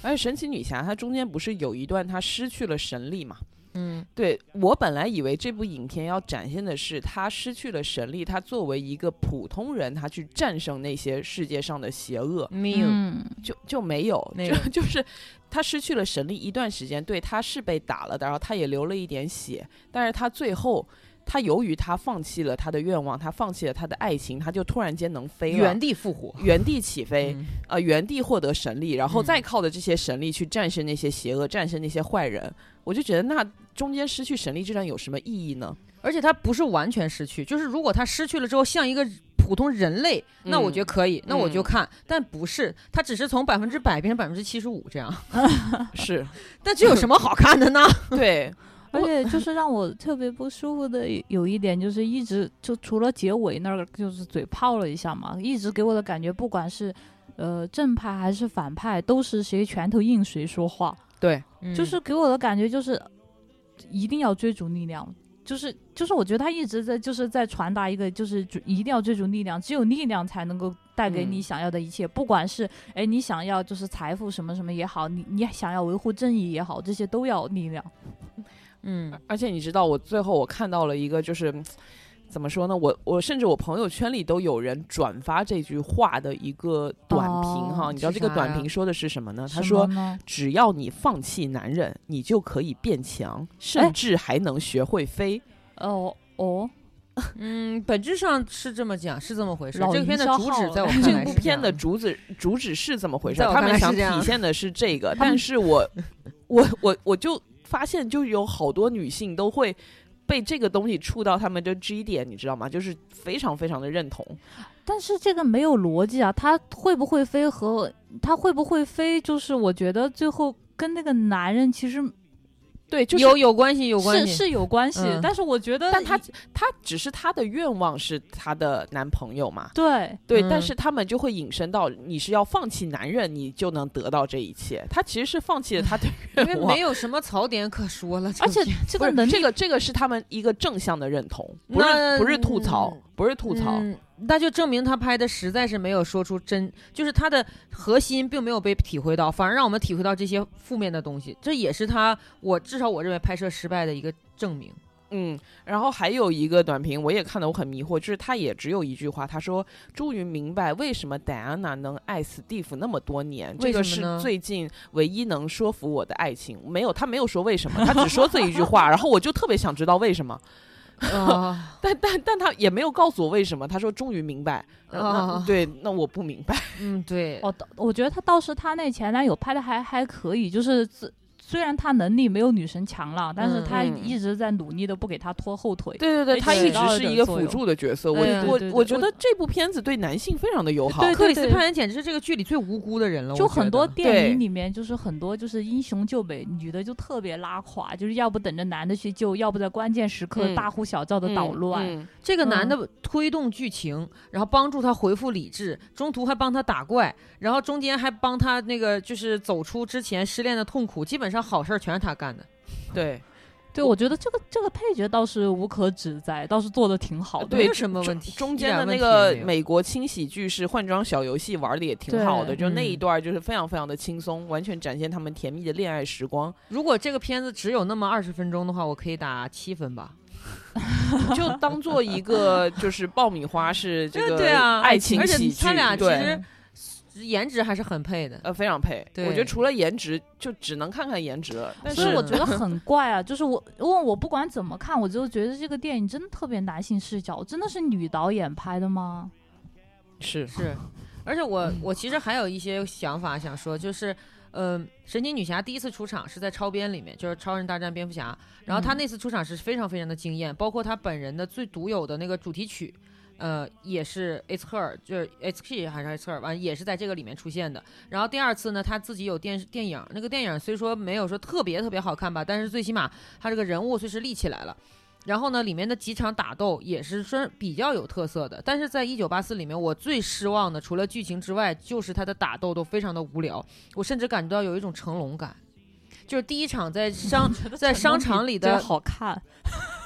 Speaker 2: 而且神奇女侠她中间不是有一段她失去了神力嘛？
Speaker 3: 嗯
Speaker 2: 对我本来以为这部影片要展现的是他失去了神力，他作为一个普通人，他去战胜那些世界上的邪恶，
Speaker 3: 没有，
Speaker 1: 嗯，
Speaker 2: 就就没有，
Speaker 3: 没
Speaker 2: [LAUGHS] 就
Speaker 3: 有
Speaker 2: 就是他失去了神力一段时间，对，他是被打了的，然后他也流了一点血，但是他最后。他由于他放弃了他的愿望，他放弃了他的爱情，他就突然间能飞了，
Speaker 3: 原地复活。
Speaker 2: 原地起飞，
Speaker 3: 嗯
Speaker 2: 呃，原地获得神力，然后
Speaker 3: 嗯
Speaker 2: 再靠着这些神力去战胜那些邪恶，战胜那些坏人。我就觉得那中间失去神力这段有什么意义
Speaker 1: [LAUGHS]
Speaker 2: 呢？
Speaker 3: 而且他不是完全失去，就是如果他失去了之后像一个普通人类，那我觉得可以，那我就看。但不是，他只是从百分之百变成百分之七十五这样， [LAUGHS]
Speaker 2: 是
Speaker 3: 那这有什么好看的呢？
Speaker 2: 对，
Speaker 1: 而
Speaker 2: 我
Speaker 1: 且
Speaker 2: [LAUGHS]
Speaker 1: 就是让我特别不舒服的有有一点，就是一直就除了结尾那儿就是嘴炮了一下嘛，一直给我的感觉，不管是呃正派还是反派，都是谁拳头硬谁说话，
Speaker 2: 对，
Speaker 1: 就是给我的感觉就是一定要追逐力量。就是就是，我觉得他一直在就是在传达一个，就是追一定要追逐力量，只有力量才能够带给你
Speaker 2: 嗯
Speaker 1: 想要的一切，不管是哎你想要就是财富什么什么也好，你你想要维护正义也好，这些都要力量。
Speaker 3: 嗯，
Speaker 2: 而且你知道，我最后我看到了一个，就是嗯怎么说呢？我我甚至我朋友圈里都有人转发这句话的一个短评哈，
Speaker 1: 哦
Speaker 2: 你知道
Speaker 3: 是
Speaker 2: 这个
Speaker 3: 啥呀
Speaker 2: 短评说的是什么呢？他
Speaker 1: 什
Speaker 2: 说
Speaker 1: 么。呢
Speaker 2: 只要你放弃男人，你就可以变强，
Speaker 1: 哎
Speaker 2: 甚至还能学会飞。
Speaker 1: 哦哦，
Speaker 3: 嗯，本质上是这么讲，是这么回事。
Speaker 1: 老
Speaker 3: 这个片的
Speaker 1: 营销
Speaker 3: 主
Speaker 1: 号
Speaker 3: 旨
Speaker 1: 了
Speaker 3: 在我
Speaker 1: 这
Speaker 3: 看
Speaker 2: 这
Speaker 3: 来
Speaker 2: 部
Speaker 3: 是这
Speaker 2: 片的
Speaker 3: 样
Speaker 2: 主旨主旨是这么回事
Speaker 3: 在
Speaker 2: 儿？
Speaker 3: 我
Speaker 2: 他
Speaker 3: 看
Speaker 2: 们
Speaker 3: 来
Speaker 2: 想
Speaker 3: 是这样
Speaker 2: 体现的是这个，但是我我我我就发现，就有好多女性都会。被这个东西触到他们的 G 点，你知道吗？就是非常非常的认同。
Speaker 1: 但是这个没有逻辑啊，他会不会飞和他会不会飞，就是我觉得最后跟那个男人其实
Speaker 2: 对，就是
Speaker 3: 有有关系，有关
Speaker 1: 是
Speaker 3: 系。
Speaker 1: 是有关系，
Speaker 3: 嗯
Speaker 1: 但是我觉得，
Speaker 2: 但她她只是她的愿望是她的男朋友嘛？
Speaker 1: 对
Speaker 2: 对，
Speaker 3: 嗯
Speaker 2: 但是他们就会引申到你是要放弃男人，你就能得到这一切。她其实是放弃了她的
Speaker 3: 嗯因
Speaker 2: 愿
Speaker 3: 为
Speaker 2: 望
Speaker 3: 没。有什么槽点可说了，
Speaker 1: 而且
Speaker 3: 就
Speaker 1: 这
Speaker 2: 不
Speaker 1: 个
Speaker 2: 是
Speaker 1: 能力，
Speaker 2: 这个这个是他们一个正向的认同，不
Speaker 3: 那
Speaker 2: 是不是吐槽，不是吐槽，
Speaker 3: 嗯那就证明他拍的实在是没有说出真，就是他的核心并没有被体会到，反而让我们体会到这些负面的东西，这也是他我至少我认为拍摄失败的一个证
Speaker 2: [LAUGHS]
Speaker 3: 明。
Speaker 2: 嗯，然后还有一个短评，我也看得我很迷惑，就是他也只有一句话，他说：“终于明白为什么戴安娜能爱斯蒂夫那么多年，这
Speaker 3: 为
Speaker 2: 个
Speaker 3: 什么呢
Speaker 2: 是最近唯一能说服我的爱情。”没有，他没有说为什么，他只说这一句话，然后我就特别想知道为什么，
Speaker 3: 啊，
Speaker 2: 但但但他也没有告诉我为什么，他说：“终于明白。呃
Speaker 3: 啊
Speaker 2: [LAUGHS] 那对，那我不明白。
Speaker 3: [LAUGHS] 嗯，对，
Speaker 1: 哦，我觉得他倒是他那前男友拍的还还可以，就是自虽然他能力没有女神强了，但是
Speaker 3: 嗯
Speaker 1: 他
Speaker 2: 嗯
Speaker 1: 一直在努力的不给他拖后腿。
Speaker 2: 对对对，
Speaker 1: 哎
Speaker 2: 他
Speaker 3: 起
Speaker 2: 一
Speaker 1: 到
Speaker 2: 直
Speaker 1: 了
Speaker 2: 是
Speaker 1: 点
Speaker 2: 一个
Speaker 1: 作
Speaker 2: 辅
Speaker 1: 用
Speaker 2: 助的角色。我
Speaker 3: 哎呀
Speaker 2: 我
Speaker 1: 对对
Speaker 2: 我
Speaker 1: 对
Speaker 2: 觉
Speaker 1: 我
Speaker 2: 得这部片子对男性非常的友好。
Speaker 1: 对
Speaker 3: 克里斯
Speaker 1: 对
Speaker 3: 潘恩简直是这个剧里最无辜的人了，
Speaker 1: 就
Speaker 3: 我觉
Speaker 1: 很多
Speaker 3: 得
Speaker 1: 电
Speaker 2: 对
Speaker 1: 影里面，就是很多就是英雄救美，女的就特别拉垮，就是要不等着男的去救，要不在关键时刻
Speaker 2: 嗯
Speaker 1: 大呼小叫的捣乱。
Speaker 2: 嗯嗯
Speaker 3: 这个男的推动剧情，然后帮助他恢复理智，中途还帮他打怪，然后中间还帮他那个就是走出之前失恋的痛苦，基本上好事儿全是他干的。
Speaker 2: 对
Speaker 1: 对，我觉得这个这个配角倒是无可指摘，倒是做的挺好的。
Speaker 2: 对
Speaker 3: 没有什么问题，
Speaker 2: 中
Speaker 3: 一
Speaker 2: 间
Speaker 3: 点
Speaker 2: 的
Speaker 3: 问
Speaker 2: 那
Speaker 3: 题
Speaker 2: 个
Speaker 3: 也没有
Speaker 2: 美国轻喜剧是换装小游戏玩的也挺好的，
Speaker 1: 对
Speaker 2: 就那一
Speaker 3: 嗯
Speaker 2: 段就是非常非常的轻松，完全展现他们甜蜜的恋爱时光。
Speaker 3: 如果这个片子只有那么二十分钟的话，我可以打七分吧。
Speaker 2: 就当做一个就是爆米花是这
Speaker 3: [LAUGHS] 对啊
Speaker 2: 个爱情
Speaker 3: 而且
Speaker 2: 喜剧，
Speaker 3: 他俩其
Speaker 2: 对
Speaker 3: 实颜值还是很配的。
Speaker 2: 呃非常配。我觉
Speaker 3: 对
Speaker 2: 得除了颜值，就只能看看颜值了。但
Speaker 1: 所以
Speaker 3: [LAUGHS]
Speaker 2: 是
Speaker 1: 我觉得很怪啊，就是我因为我不管怎么看，我就觉得这个电影真的特别男性视角，真的是女导演拍的吗？
Speaker 2: 是
Speaker 3: 是，而且我我其实还有一些想法想说，就是，嗯、神奇女侠第一次出场是在超编里面，就是《超人大战蝙蝠侠》，然后她那次出场是非常非常的惊艳，包括她本人的最独有的那个主题曲。呃，也是 It's Her，就是 It's She 还是 It's Her，完也是在这个里面出现的。然后第二次呢，她自己有电视电影，那个电影虽说没有说特别特别好看吧，但是最起码她这个人物确实立起来了。然后呢，里面的几场打斗也是说比较有特色的，但是在《一九八四》里面，我最失望的除了剧情之外，就是它的打斗都非常的无聊，我甚至感觉到有一种 [LAUGHS] 成龙感，就是第一场在商在商场里
Speaker 1: 这个
Speaker 3: 的
Speaker 1: 好看，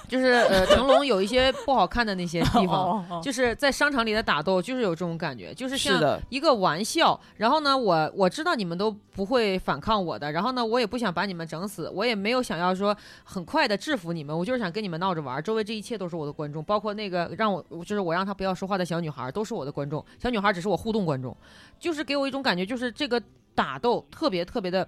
Speaker 3: 就是呃，成龙有一些不好看的那些地 [LAUGHS]
Speaker 1: [LAUGHS]
Speaker 3: 方，
Speaker 1: 哦哦哦
Speaker 3: 就是在商场里的打斗，就是有这种感觉，就是像
Speaker 2: 是的，
Speaker 3: 一个玩笑。然后呢，我我知道你们都不会反抗我的，然后呢，我也不想把你们整死，我也没有想要说很快的制服你们，我就是想跟你们闹着玩儿。周围这一切都是我的观众，包括那个让我就是我让她不要说话的小女孩儿，都是我的观众。小女孩儿只是我互动观众，就是给我一种感觉，就是这个打斗特别特别的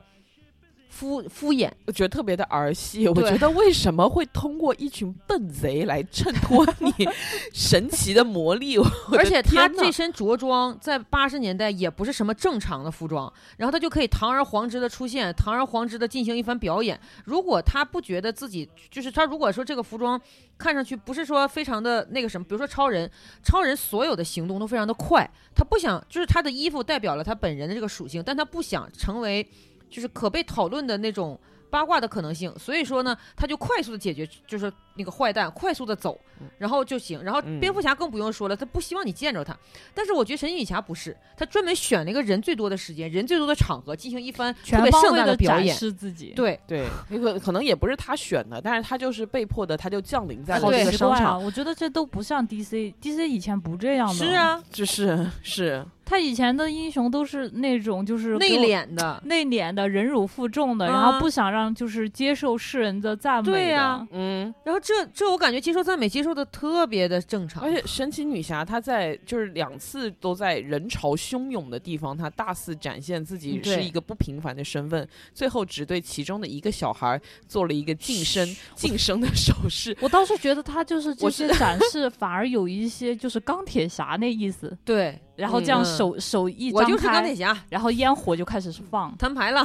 Speaker 3: 敷敷衍。
Speaker 2: 我觉得特别的儿 [LAUGHS] 戏。我
Speaker 3: 对
Speaker 2: 觉得为什么会通过一群笨贼来衬托你 [LAUGHS] 神奇的魔力？ [LAUGHS] 我我的
Speaker 3: 而且他
Speaker 2: 天呐
Speaker 3: 这身着装在八十年代也不是什么正常的服装，然后他就可以堂而皇之的出现，堂而皇之的进行一番表演。如果他不觉得自己就是他，如果说这个服装看上去不是说非常的那个什么，比如说超人，超人所有的行动都非常的快，他不想就是他的衣服代表了他本人的这个属性，但他不想成为就是可被讨论的那种。八卦的可能性，所以说呢，他就快速的解决，就是那个坏蛋快速的走，然后就行。然后
Speaker 2: 嗯
Speaker 3: 蝙蝠侠更不用说了，他不希望你见着他。但是我觉得神奇女侠不是，他专门选了一个人最多的时间、人最多的场合进行一番特
Speaker 1: 全
Speaker 3: 别
Speaker 1: 方
Speaker 3: 盛
Speaker 1: 位
Speaker 3: 大
Speaker 1: 的
Speaker 3: 表
Speaker 1: 展
Speaker 3: 演。
Speaker 1: 示自己，
Speaker 3: 对，
Speaker 2: 对，那个可能也不是他选的，但是他就是被迫的，他就降临在
Speaker 1: 好
Speaker 2: 了这个
Speaker 1: 奇
Speaker 2: 商
Speaker 1: 怪啊！
Speaker 2: 场。
Speaker 1: 我觉得这都不像 DC，DC 以前不这样的，
Speaker 3: 是，啊，
Speaker 2: 就是是，
Speaker 1: 他以前的英雄都是那种就是
Speaker 3: 内
Speaker 1: 给我、
Speaker 3: 敛的。
Speaker 1: 内敛的、忍辱负重的，然
Speaker 3: 啊
Speaker 1: 后不想让就是接受世人的赞美的。
Speaker 3: 对呀
Speaker 2: 嗯，
Speaker 3: 然后这这我感觉接受赞美接受的特别的正常，
Speaker 2: 而且神奇女侠她在就是两次都在人潮汹涌的地方，她大肆展现自己
Speaker 3: 嗯对
Speaker 2: 是一个不平凡的身份，最后只对其中的一个小孩做了一个晋升晋升的手势。
Speaker 1: 我倒是觉得他就是这
Speaker 2: 我
Speaker 1: 些展示反而有一些就是钢铁侠那意思，
Speaker 3: 对
Speaker 1: 然后这样
Speaker 3: 嗯
Speaker 1: 手、手一
Speaker 3: 我
Speaker 1: 张
Speaker 3: 就是钢铁
Speaker 1: 开，
Speaker 3: 侠，
Speaker 1: 然后烟火就开始放。
Speaker 3: 摊牌了，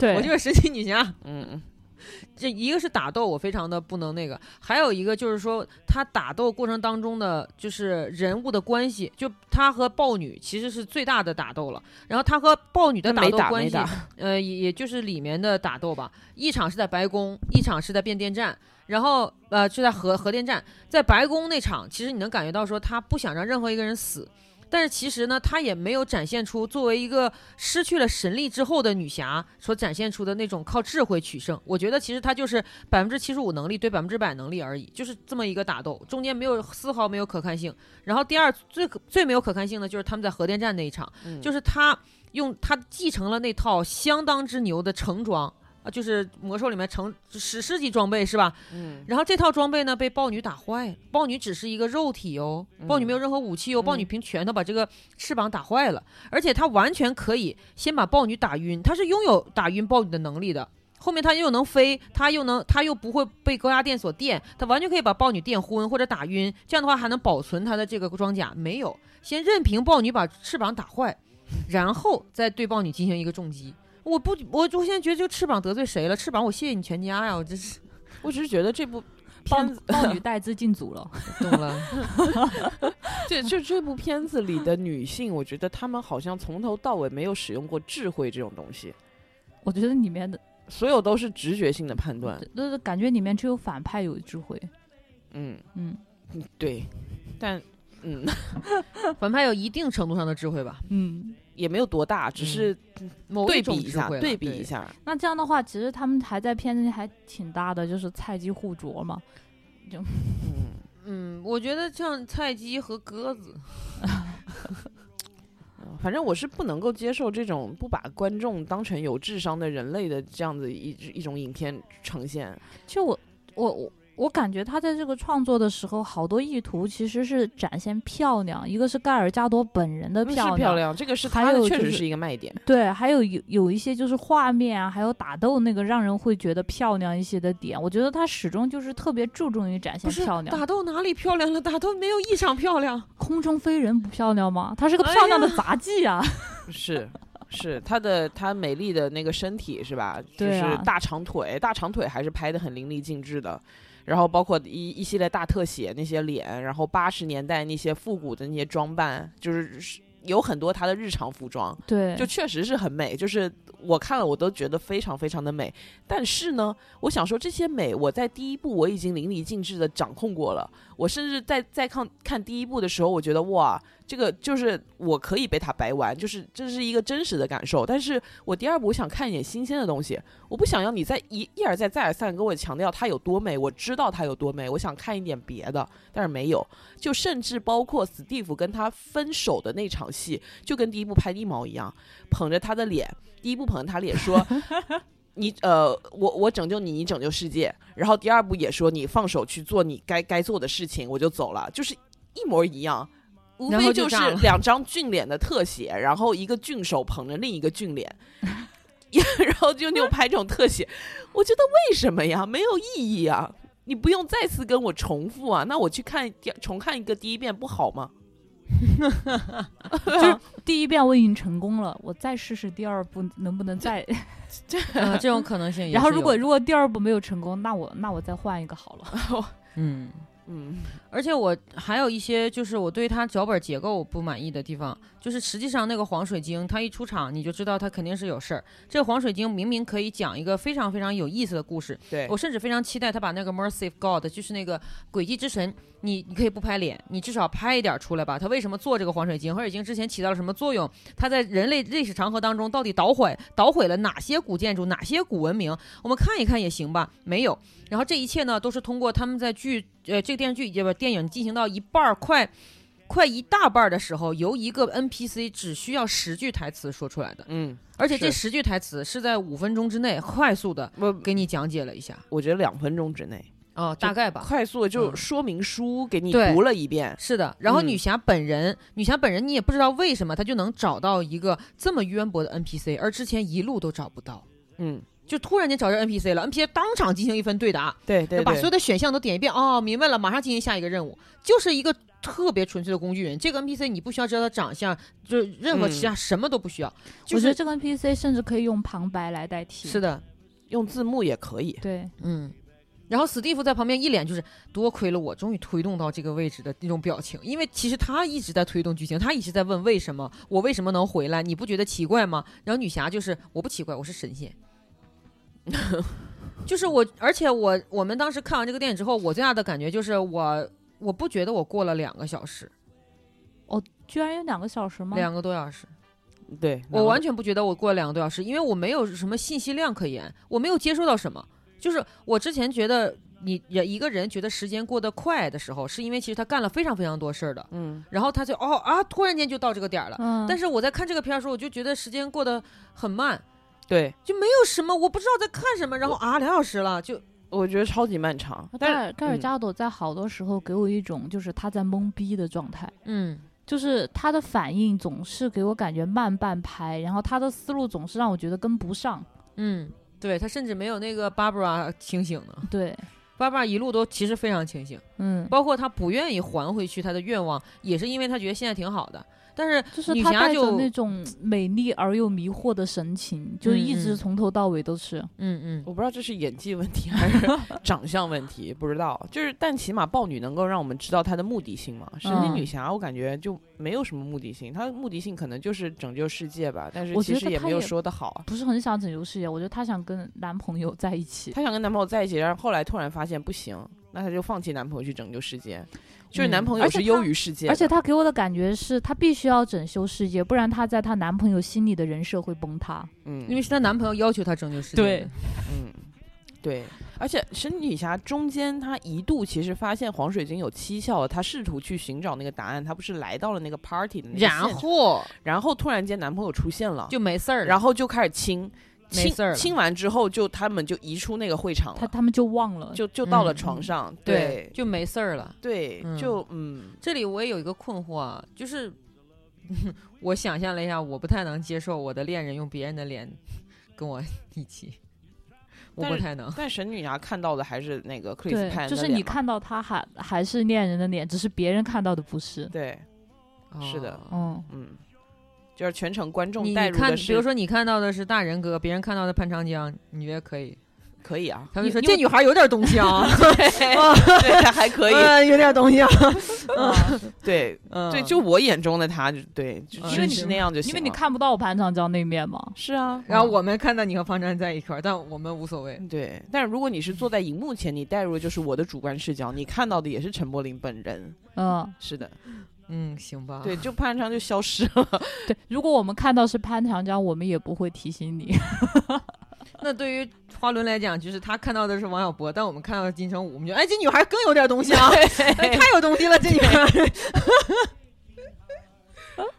Speaker 1: 对，
Speaker 3: 我就是神奇女侠。
Speaker 2: 嗯，
Speaker 3: 这一个是打斗，我非常的不能那个，还有一个就是说他打斗过程当中的就是人物的关系，就他和豹女其实是最大的打斗了，然后他和豹女的打
Speaker 2: 没
Speaker 3: 斗
Speaker 2: 打
Speaker 3: 关
Speaker 2: 没
Speaker 3: 系
Speaker 2: 打，
Speaker 3: 呃，也也就是里面的打斗吧，一场是在白宫，一场是在变电站，然后呃是在核核电站，在白宫那场，其实你能感觉到说他不想让任何一个人死，但是其实呢，他也没有展现出作为一个失去了神力之后的女侠所展现出的那种靠智慧取胜。我觉得其实他就是百分之七十五能力对百分之百能力而已，就是这么一个打斗，中间没有丝毫没有可看性。然后第二最可最没有可看性的就是他们在核电站那一场。
Speaker 2: 嗯
Speaker 3: 就是他用他继承了那套相当之牛的橙装啊，就是魔兽里面橙史诗级装备是吧？
Speaker 2: 嗯
Speaker 3: 然后这套装备呢被豹女打坏了，豹女只是一个肉体哦，豹女没有任何武器哦，豹女凭拳头把这个翅膀打坏了，而且她完全可以先把豹女打晕，她是拥有打晕豹女的能力的。后面她又能飞，她又能，她又不会被高压电所电，她完全可以把豹女电昏或者打晕，这样的话还能保存她的这个装甲。没有，先任凭豹女把翅膀打坏，然后再对豹女进行一个重击。我不，我我现在觉得这个翅膀得罪谁了？翅膀，我谢谢你全家呀！我真是。
Speaker 2: 我只是觉得这 [LAUGHS] 部
Speaker 1: 豹
Speaker 2: 片子， [LAUGHS]
Speaker 1: 豹女带资进组了，
Speaker 3: 懂了，
Speaker 2: 这就这部片子里的女性，我觉得她们好像从头到尾没有使用过智慧这种东西，
Speaker 1: 我觉得里面的，
Speaker 2: 所有都是直觉性的判断。
Speaker 1: 就是感觉里面只有反派有智慧，
Speaker 2: 嗯，
Speaker 1: 嗯
Speaker 2: 对，但嗯。 [LAUGHS]
Speaker 3: 反派有一定程度上的智慧吧，
Speaker 1: 嗯。
Speaker 2: 也没有多大，只是
Speaker 3: 某
Speaker 2: 对
Speaker 3: 一
Speaker 2: 比
Speaker 3: 种
Speaker 2: 一
Speaker 3: 智
Speaker 2: 下，
Speaker 3: 慧了，
Speaker 2: 对比一下。
Speaker 1: 那这样的话，其实他们还在片子里还挺搭的，就是菜鸡互啄嘛。
Speaker 2: 嗯，
Speaker 3: 对。嗯，我觉得像菜鸡和鸽子，
Speaker 2: 呃反正我是不能够接受这种不把观众当成有智商的人类的这样子一一种影片呈现。
Speaker 1: 其实我我我我感觉他在这个创作的时候，好多意图其实是展现漂亮，一个是盖尔加朵本人的
Speaker 2: 嗯是
Speaker 1: 漂
Speaker 2: 漂亮，这个是
Speaker 1: 还
Speaker 2: 它的
Speaker 1: 有
Speaker 2: 确
Speaker 1: 就
Speaker 2: 实
Speaker 1: 是
Speaker 2: 是一个卖点。
Speaker 1: 对，还有有有一些就是画面啊，还有打斗那个让人会觉得漂亮一些的点，我觉得他始终就是特别注重于展现
Speaker 3: 不是
Speaker 1: 漂亮
Speaker 3: 打。斗哪里漂亮了？打斗没有异常漂
Speaker 2: [LAUGHS]
Speaker 3: 亮。
Speaker 1: 空中飞人不漂亮吗？她是个
Speaker 3: 哎
Speaker 1: 漂亮的杂技 [LAUGHS] 啊！
Speaker 2: 是是，她的她美丽的那个身体是吧？就
Speaker 1: 对
Speaker 2: 是
Speaker 1: 啊
Speaker 2: 大长腿，大长腿还是拍的很淋漓尽致的。然后包括一一系列大特写那些脸，然后八十年代那些复古的那些装扮，就是是有很多她的日常服装。
Speaker 1: 对，
Speaker 2: 就确实是很美，就是我看了我都觉得非常非常的美。但是呢，我想说这些美，我在第一部我已经淋漓尽致的掌控过了。我甚至在在看看第一部的时候，我觉得哇，这个就是我可以被他掰弯，就是这是一个真实的感受。但是我第二步我想看一眼新鲜的东西，我不想要你再一一而再再而三给我强调它有多美，我知道它有多美，我想看一点别的，但是没有。就甚至包括史蒂夫跟他分手的那场戏，就跟第一部拍的一毛一样，捧着他的脸，第一部捧着他脸
Speaker 3: [LAUGHS]
Speaker 2: 说。你呃，我我拯救你，你拯救世界。然后第二部也说你放手去做你该该做的事情，我就走了，就是一模一样，无
Speaker 3: 然后
Speaker 2: 非
Speaker 3: 就
Speaker 2: 就是
Speaker 3: 这样了
Speaker 2: 两张俊脸的特写，然后一个俊手捧着另一个俊脸， [LAUGHS] 然后就那种拍这种特写，我觉得为什么呀？没有意义啊！你不用再次跟我重复啊，那我去看第重看一个第一遍不好吗？
Speaker 1: 就是第一遍我已经成功了，我再试试第二步能不能再。
Speaker 3: 啊这种可能性也是有。
Speaker 1: 然后如果如果第二步没有成功，那我那我再换一个 [LAUGHS] 好了。
Speaker 3: 嗯，
Speaker 2: 嗯，
Speaker 3: 而且我还有一些就是我对它脚本结构不满意的地方，就是实际上那个黄水晶，它一出场你就知道它肯定是有事儿。这个黄水晶明明可以讲一个非常非常有意思的故事，
Speaker 2: 对
Speaker 3: 我，甚至非常期待他把那个 Mercy of God，就是那个诡计之神，你你可以不拍脸，你至少拍一点出来吧。他为什么做这个黄水晶？黄水晶之前起到了什么作用？它在人类历史长河当中到底捣毁捣毁了哪些古建筑、哪些古文明？我们看一看也行吧。没有。然后这一切呢，都是通过他们在剧呃这个电视剧也不电影进行到一半儿快。快一大半儿的时候，由一个 NPC 只需要十句台词说出来的，
Speaker 2: 嗯，
Speaker 3: 而且这
Speaker 2: 是
Speaker 3: 十句台词是在五分钟之内快速的
Speaker 2: 我
Speaker 3: 给你讲解了一下。
Speaker 2: 我觉得两分钟之内。
Speaker 3: 哦，大概吧。
Speaker 2: [LAUGHS] 快速地就
Speaker 3: 嗯
Speaker 2: 说明书给你
Speaker 3: 对
Speaker 2: 读了一遍，
Speaker 3: 是的，然后
Speaker 2: 嗯
Speaker 3: 女侠本人，女侠本人你也不知道为什么她就能找到一个这么渊博的 NPC，而之前一路都找不到，
Speaker 2: 嗯，
Speaker 3: 就突然间找着 NPC 了，NPC 当场进行一番对答，
Speaker 2: 对对
Speaker 3: 把所有的选项都点一遍，哦，明白了，马上进行下一个任务，就是一个特别纯粹的工具人。这个 NPC 你不需要知道他长相，就是任何
Speaker 2: 嗯
Speaker 3: 其他什么都不需要，就
Speaker 1: 我觉得
Speaker 3: 是
Speaker 1: 这个 NPC 甚至可以用旁白来代替。
Speaker 3: 是的，
Speaker 2: 用字幕也可以，
Speaker 1: 对，
Speaker 3: 嗯。然后史蒂夫在旁边一脸就是多亏了我，终于推动到这个位置的那种表情，因为其实他一直在推动剧情，他一直在问为什么我为什么能回来，你不觉得奇怪吗？然后女侠就是我不奇怪，我是神仙， [LAUGHS] 就是我，而且我我们当时看完这个电影之后，我最大的感觉就是我我不觉得我过了两个小时，
Speaker 1: 居然有两个小时吗？
Speaker 3: 两个多小时，
Speaker 2: 对
Speaker 3: 我完全不觉得我过了两个多小时，因为我没有什么信息量可言，我没有接收到什么。就是我之前觉得你人一个人觉得时间过得快的时候，是因为其实他干了非常非常多事儿的，
Speaker 2: 嗯，
Speaker 3: 然后他就哦啊，突然间就到这个点儿了。
Speaker 1: 嗯，
Speaker 3: 但
Speaker 1: 是
Speaker 3: 是我在看这个片儿的时候，我就觉得时间过得很慢，
Speaker 2: 对，
Speaker 3: 就没有什么，我不知道在看什么，然后啊，两小时了，就
Speaker 2: 我觉得超级漫长，
Speaker 1: 啊盖
Speaker 2: 但
Speaker 1: 尔盖尔
Speaker 2: 嗯
Speaker 1: 加朵在好多时候给我一种就是他在懵逼的状态。
Speaker 3: 嗯
Speaker 1: 就是他的反应总是给我感觉慢半拍，然后他的思路总是让我觉得跟不上。
Speaker 3: 嗯，对他甚至没有那个 Barbara 清醒呢
Speaker 1: 对，
Speaker 3: ，Barbara 一路都其实非常清醒，
Speaker 1: 嗯，
Speaker 3: 包括他不愿意还回去他的愿望，也是因为他觉得现在挺好的。但是
Speaker 1: 就是
Speaker 3: 女
Speaker 1: 他
Speaker 3: 侠
Speaker 1: 带着
Speaker 3: 就
Speaker 1: 那种美丽而又迷惑的神情，就是一
Speaker 3: 嗯嗯
Speaker 1: 直从头到尾都是。
Speaker 3: 嗯嗯，
Speaker 2: 我不知道这是演技问题 [LAUGHS] 还是长相问题，不知 [LAUGHS] 道。就是，但起码豹女能够让我们知道她的目的性嘛。神奇
Speaker 1: 嗯
Speaker 2: 女侠，我感觉就没有什么目的性，她的目的性可能就是拯救世界吧，但是
Speaker 1: 我觉
Speaker 2: 其
Speaker 1: 得
Speaker 2: 实也
Speaker 1: 她
Speaker 2: 没有
Speaker 1: 也
Speaker 2: 说的好啊。
Speaker 1: 不是很想拯救世界，啊我觉得她想跟男朋友在一起。
Speaker 2: 她想跟男朋友在一起，然后后来突然发现不行，那她就放弃男朋友去拯救世界，就是男
Speaker 3: 嗯
Speaker 2: 朋
Speaker 1: 而
Speaker 2: 友
Speaker 1: 且
Speaker 2: 是
Speaker 1: 她
Speaker 2: 优于世界的，
Speaker 1: 而且她给我的感觉是，她必须要拯救世界，不然她在她男朋友心里的人设会崩塌。
Speaker 2: 嗯，
Speaker 3: 因为是她男朋友要求她拯救世界。
Speaker 1: 对，
Speaker 2: 嗯，对，而且神女侠中间她一度其实发现黄水晶有蹊跷，她试图去寻找那个答案，她不是来到了那个 party 的那个
Speaker 3: 然
Speaker 2: 现场
Speaker 3: 后
Speaker 2: 然后突然间男朋友出现了，
Speaker 3: 就没事儿了。
Speaker 2: 然后就开始亲，
Speaker 3: 没
Speaker 2: 亲
Speaker 3: 事儿了
Speaker 2: 亲完之后就他们就移出那个会场
Speaker 1: 她
Speaker 2: 了，
Speaker 1: 他们就忘了，
Speaker 2: 哦就就到了
Speaker 3: 嗯
Speaker 2: 床上，
Speaker 3: 对
Speaker 2: 对，
Speaker 3: 就没事儿了。
Speaker 2: 对，
Speaker 3: 嗯
Speaker 2: 就嗯，
Speaker 3: 这里我也有一个困惑啊，就是 [LAUGHS] 我想象了一下，我不太能接受我的恋人用别人的脸跟我一起，我
Speaker 2: 但
Speaker 3: 不
Speaker 2: 是
Speaker 3: 太能。
Speaker 2: 但神女侠看到的还是那个克里斯
Speaker 1: 对
Speaker 2: 派，恩
Speaker 1: 就
Speaker 2: 的
Speaker 1: 是
Speaker 2: 脸
Speaker 1: 你
Speaker 2: 嘛
Speaker 1: 看到她还还是恋人的脸，只是别人看到的不
Speaker 2: [LAUGHS]
Speaker 1: 是。
Speaker 2: 对，是的
Speaker 3: 哦
Speaker 1: 嗯，
Speaker 2: 嗯，就是全程观众
Speaker 3: 你
Speaker 2: 带
Speaker 3: 你
Speaker 2: 入
Speaker 3: 看，
Speaker 2: 的
Speaker 3: 比如
Speaker 2: 是
Speaker 3: 说你看到的是大人哥，别人看到的潘长江，你觉得可以？
Speaker 2: 可以
Speaker 3: [LAUGHS]
Speaker 2: 啊，
Speaker 3: 他们
Speaker 1: 因
Speaker 3: 说
Speaker 1: 因
Speaker 3: 这
Speaker 1: 为
Speaker 3: 女孩有点东西啊，
Speaker 2: 对，还 [LAUGHS] 可
Speaker 3: [LAUGHS]
Speaker 2: 以，
Speaker 3: 嗯有点东西啊。
Speaker 2: 对，
Speaker 3: 嗯 [LAUGHS]
Speaker 2: 对，就我眼中的他，就对，就
Speaker 3: 嗯
Speaker 2: 因为你
Speaker 1: 是
Speaker 2: 是那样就行啊
Speaker 1: 因
Speaker 2: 了。
Speaker 1: 为你看不到潘长江那面嘛。
Speaker 2: 是啊，嗯
Speaker 3: 然后我们看到你和方丈在一块儿，但我们无所谓。
Speaker 2: 对，但是如果你是坐在荧幕前，你带入的就是我的主观视角，你看到的也是陈柏霖本人。
Speaker 1: 嗯，
Speaker 2: 是的，
Speaker 3: 嗯，行吧。
Speaker 2: 对，就潘长江就消失 [LAUGHS] 了。
Speaker 1: 对，如果我们看到是潘长江，我们也不会提醒
Speaker 2: [LAUGHS]
Speaker 1: 你。 [LAUGHS]
Speaker 3: 那对于花轮来讲，就是他看到的是王小波，但我们看到的金城武，我们觉得哎，这女孩更有点东西啊，哎太有东西了，这女孩。 [LAUGHS]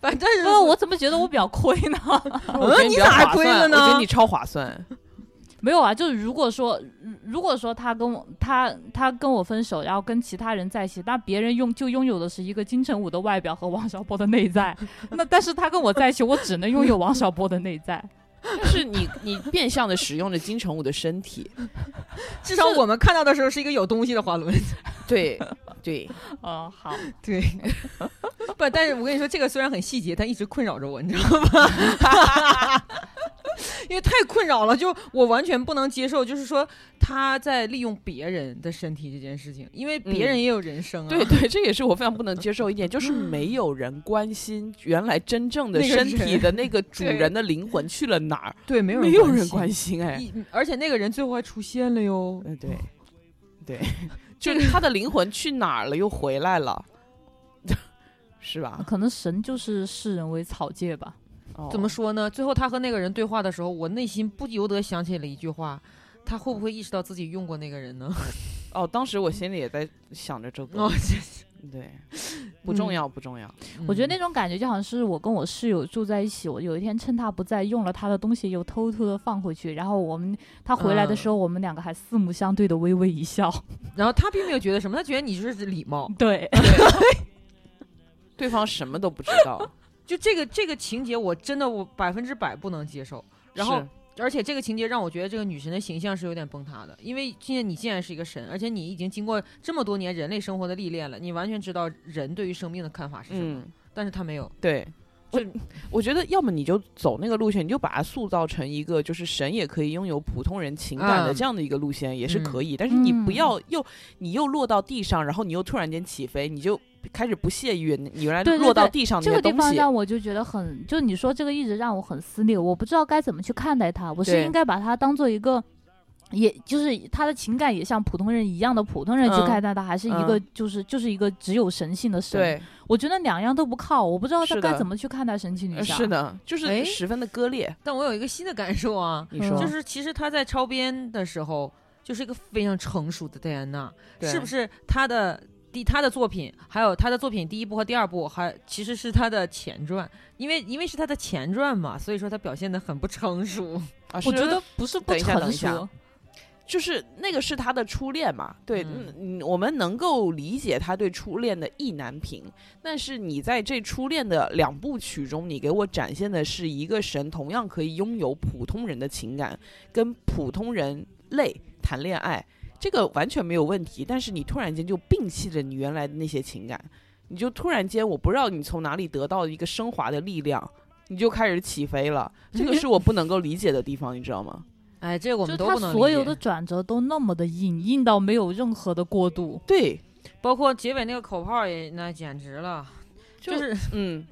Speaker 3: 反正嗯
Speaker 1: 那我怎么觉得我比较亏呢？
Speaker 2: 我觉得
Speaker 3: 你
Speaker 2: 比较
Speaker 3: 咋
Speaker 2: 划
Speaker 3: 亏
Speaker 2: 算
Speaker 3: 了呢
Speaker 2: 我觉得你超划 [LAUGHS] 算。
Speaker 1: 没有啊，就是如果说，如果说他跟我他他跟我分手，然后跟其他人在一起，那别人用就拥有的是一个金城武的外表和王小波的内在，那但是他跟我在一起，我只能拥有王小波的内在。
Speaker 2: 就是你，你变相的使用了金城武的身体，
Speaker 3: 至少我们看到的时候是一个有东西的花轮。
Speaker 2: [LAUGHS] 对对，
Speaker 1: 嗯，好，
Speaker 3: 对，不，但是我跟你说，这个虽然很细节，但一直困扰着我，你知道吗？因为太困扰了，就我完全不能接受，就是说他在利用别人的身体这件事情，因为别人也有人生啊。
Speaker 2: 对对，这也是我非常不能接受一点，就是没有人关心原来真正的
Speaker 3: 那个
Speaker 2: 身
Speaker 3: 人
Speaker 2: 体的那个 [LAUGHS] 主
Speaker 3: 对
Speaker 2: 人的灵魂去了哪儿，
Speaker 3: 对，没有
Speaker 2: 没有人关
Speaker 3: 系。
Speaker 2: 心哎，
Speaker 3: 一而且那个人最后还出现了哟，
Speaker 2: 嗯对，对，就是他的灵魂去哪儿了，又回来了， [LAUGHS] 是吧？
Speaker 1: 啊可能神就是视人为草芥吧。
Speaker 2: 哦
Speaker 3: 怎么说呢？最后他和那个人对话的时候，我内心不由得想起了一句话：他会不会意识到自己用过那个人呢？
Speaker 2: 哦，当时我心里也在想着这
Speaker 3: 哦 [LAUGHS]
Speaker 2: 个，，对，不重要，不重要。
Speaker 3: 嗯
Speaker 1: 我觉得那种感觉就好像是我跟我室友住在一起，我有一天趁他不在用了他的东西，又偷偷的放回去，然后我们他回来的时候，我们两个还四目相对的微微一笑。
Speaker 3: 那，然后他并没有觉得什么，他觉得你就是礼貌。
Speaker 1: 对，
Speaker 2: 对方什么都不知道，
Speaker 3: 就这个这个情节，我真的我百分之百不能接受。然后
Speaker 2: 是，
Speaker 3: 而且这个情节让我觉得这个女神的形象是有点崩塌的，因为现在你既然是一个神，而且你已经经过这么多年人类生活的历练了，你完全知道人对于生命的看法是什么。
Speaker 2: 嗯，
Speaker 3: 但是她没有，
Speaker 2: 对。我
Speaker 3: 就
Speaker 2: 我觉得，要么你就走那个路线，你就把它塑造成一个就是神也可以拥有普通人情感的
Speaker 3: 嗯
Speaker 2: 这样的一个路线，也是
Speaker 3: 嗯
Speaker 2: 可以。但是你不
Speaker 1: 嗯
Speaker 2: 要又你又落到地上，然后你又突然间起飞，你就开始不屑于你你原来
Speaker 1: 对对
Speaker 2: 落到
Speaker 1: 对
Speaker 2: 地上
Speaker 1: 这
Speaker 2: 那
Speaker 1: 个
Speaker 2: 些
Speaker 1: 地
Speaker 2: 东
Speaker 1: 方
Speaker 2: 西。
Speaker 1: 让我就觉得很，就你说这个一直让我很撕裂，我不知道该怎么去看待它。我是
Speaker 2: 对
Speaker 1: 应该把它当做一个，也就是他的情感也像普通人一样的普通人去
Speaker 2: 嗯
Speaker 1: 看待它，还是一个
Speaker 2: 嗯
Speaker 1: 就是就是一个只有神性的神。
Speaker 2: 对，
Speaker 1: 我觉得两样都不靠，我不知道他
Speaker 2: 是
Speaker 1: 该
Speaker 2: 的
Speaker 1: 怎么去看待神奇女
Speaker 2: 呃
Speaker 1: 侠。
Speaker 2: 是，的，就
Speaker 3: 哎
Speaker 2: 是十分的割裂。
Speaker 3: 但我有一个新的感受啊，
Speaker 2: 你
Speaker 1: 嗯
Speaker 2: 说，
Speaker 3: 就是其实她在超编的时候，就是一个非常成熟的戴安娜，
Speaker 2: 对
Speaker 3: 是不？是她的？第她的作品，还有她的作品第一部和第二部，还其实是她的前传，因为因为是她的前传嘛，所以说她表现的很不成熟。
Speaker 2: 啊
Speaker 1: 我
Speaker 2: 是
Speaker 1: 觉得不是不
Speaker 2: 等一下等
Speaker 1: 成
Speaker 2: 一下
Speaker 1: 熟。
Speaker 2: 就是那个是他的初恋嘛，对，
Speaker 3: 嗯
Speaker 2: 嗯，我们能够理解他对初恋的意难平，但是你在这初恋的两部曲中，你给我展现的是一个神同样可以拥有普通人的情感，跟普通人类谈恋爱，这个完全没有问题，但是你突然间就摒弃了你原来的那些情感，你就突然间我不知道你从哪里得到一个升华的力量，你就开始起飞了，这个是我不能够理解的地方，你知道吗？
Speaker 3: [LAUGHS] 哎，这个我
Speaker 1: 就
Speaker 3: 们都
Speaker 1: 他
Speaker 3: 不能
Speaker 1: 所
Speaker 3: 理解
Speaker 1: 有的转折都那么的硬，硬到没有任何的过渡。
Speaker 2: 对，
Speaker 3: 包括结尾那个口炮也，那简直了，
Speaker 2: 就
Speaker 3: 就是
Speaker 2: 嗯。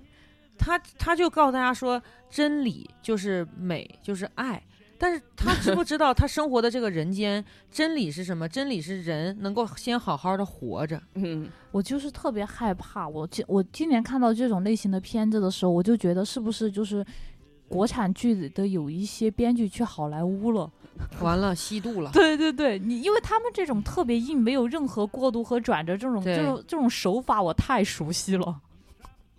Speaker 3: 他他就告诉大家说，真理就是美，就是爱。但是他知不知道他生活的这个人间真理是什么？真理是人能够先好好的活着。
Speaker 2: 嗯，
Speaker 1: 我就是特别害怕，我今我今年看到这种类型的片子的时候，我就觉得是不是就是国产剧里的有一些编剧去好莱坞了？
Speaker 3: 完了，吸毒了。
Speaker 1: 对对对，你因为他们这种特别硬，没有任何过渡和转折，这种
Speaker 3: 对
Speaker 1: 这种这种手法我太熟悉了。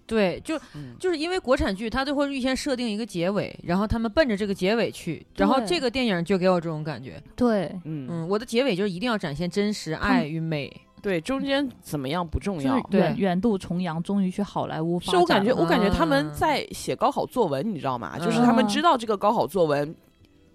Speaker 3: 对，就
Speaker 2: 嗯
Speaker 3: 就是因为国产剧，他都会预先设定一个结尾，然后他们奔着这个结尾去，然后
Speaker 1: 对
Speaker 3: 这个电影就给我这种感觉。
Speaker 1: [LAUGHS] 对，
Speaker 2: 嗯，
Speaker 3: 嗯，我的结尾就是一定要展现真实、爱与美。
Speaker 2: 对，中间怎么样不重
Speaker 1: 就
Speaker 2: 要
Speaker 1: 是。
Speaker 3: 对
Speaker 1: 远远渡重洋，终于去好莱坞发
Speaker 2: 是
Speaker 1: 展了。
Speaker 2: 我感觉，我感觉他
Speaker 3: 啊
Speaker 2: 们在写高考作文，你知道吗？就是他们
Speaker 1: 嗯
Speaker 2: 知道这个高考作文，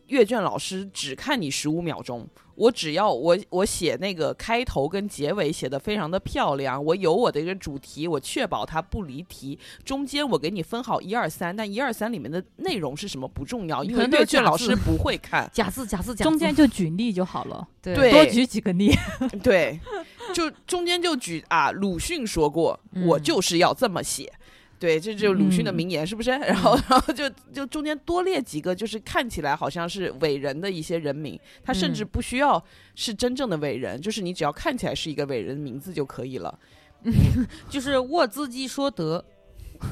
Speaker 2: 阅卷老师只看你十五秒钟，我只要我我写那个开头跟结尾写的非常的漂亮，我有我的一个主题，我确保它不离题。中间我给你分好一二三，但一二三里面的内容是什么不重要，
Speaker 3: 你
Speaker 2: 因
Speaker 3: 可
Speaker 2: 为
Speaker 3: 能都是
Speaker 2: 阅卷
Speaker 3: 假
Speaker 2: 老
Speaker 3: 字。
Speaker 2: 师不会看
Speaker 3: 假字假字假字，
Speaker 1: 中间就举例就好了，
Speaker 3: 对
Speaker 2: 对
Speaker 1: 多举几个例。
Speaker 2: 对，就中间就举啊，鲁迅说过，
Speaker 3: 嗯
Speaker 2: 我就是要这么写。对，这就是鲁迅的名言，是
Speaker 3: 嗯
Speaker 2: 不是？然后，然后就就中间多列几个，就是看起来好像是伟人的一些人名，他甚至
Speaker 3: 嗯
Speaker 2: 不需要是真正的伟人，就是你只要看起来是一个伟人的名字就可以了。
Speaker 3: 就是沃兹基说德，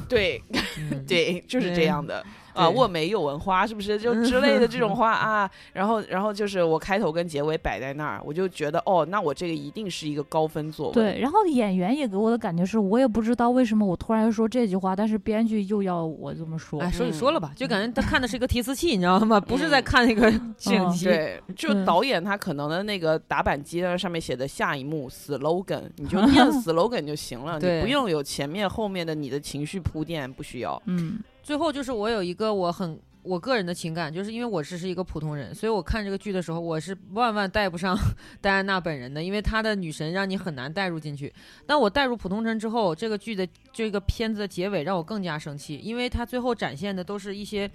Speaker 2: 对
Speaker 3: 嗯
Speaker 2: [LAUGHS] 对，就是这样的
Speaker 3: 对
Speaker 2: 啊，
Speaker 3: 嗯
Speaker 2: 卧梅有文花是不是就之类的这种
Speaker 3: [LAUGHS]
Speaker 2: 话啊？然后然后就是我开头跟结尾摆在那儿，我就觉得哦，那我这个一定是一个高分作文。
Speaker 1: 对，然后演员也给我的感觉是，我也不知道为什么我突然说这句话，但是编剧又要我这么说。
Speaker 3: 哎，说就
Speaker 2: 嗯
Speaker 3: 说了吧，就感觉他看的是一个提词器，你知道吗？不是在看那个摄 [LAUGHS] 影机。
Speaker 2: 哦对，就
Speaker 1: 嗯
Speaker 2: 导演他可能的那个打板机那上面写的下一幕 slogan，你就念 slogan 就行了，你
Speaker 3: 对
Speaker 2: 不用有前面后面的你的情绪铺垫，不需要。
Speaker 1: 嗯，
Speaker 3: 最后就是我有一个我很我个人的情感，就是因为我只是一个普通人，所以我看这个剧的时候，我是万万带不上 [LAUGHS] 戴安娜本人的，因为她的女神让你很难带入进去。但我带入普通人之后，这个剧的这个片子的结尾让我更加生气，因为它最后展现的都是一些。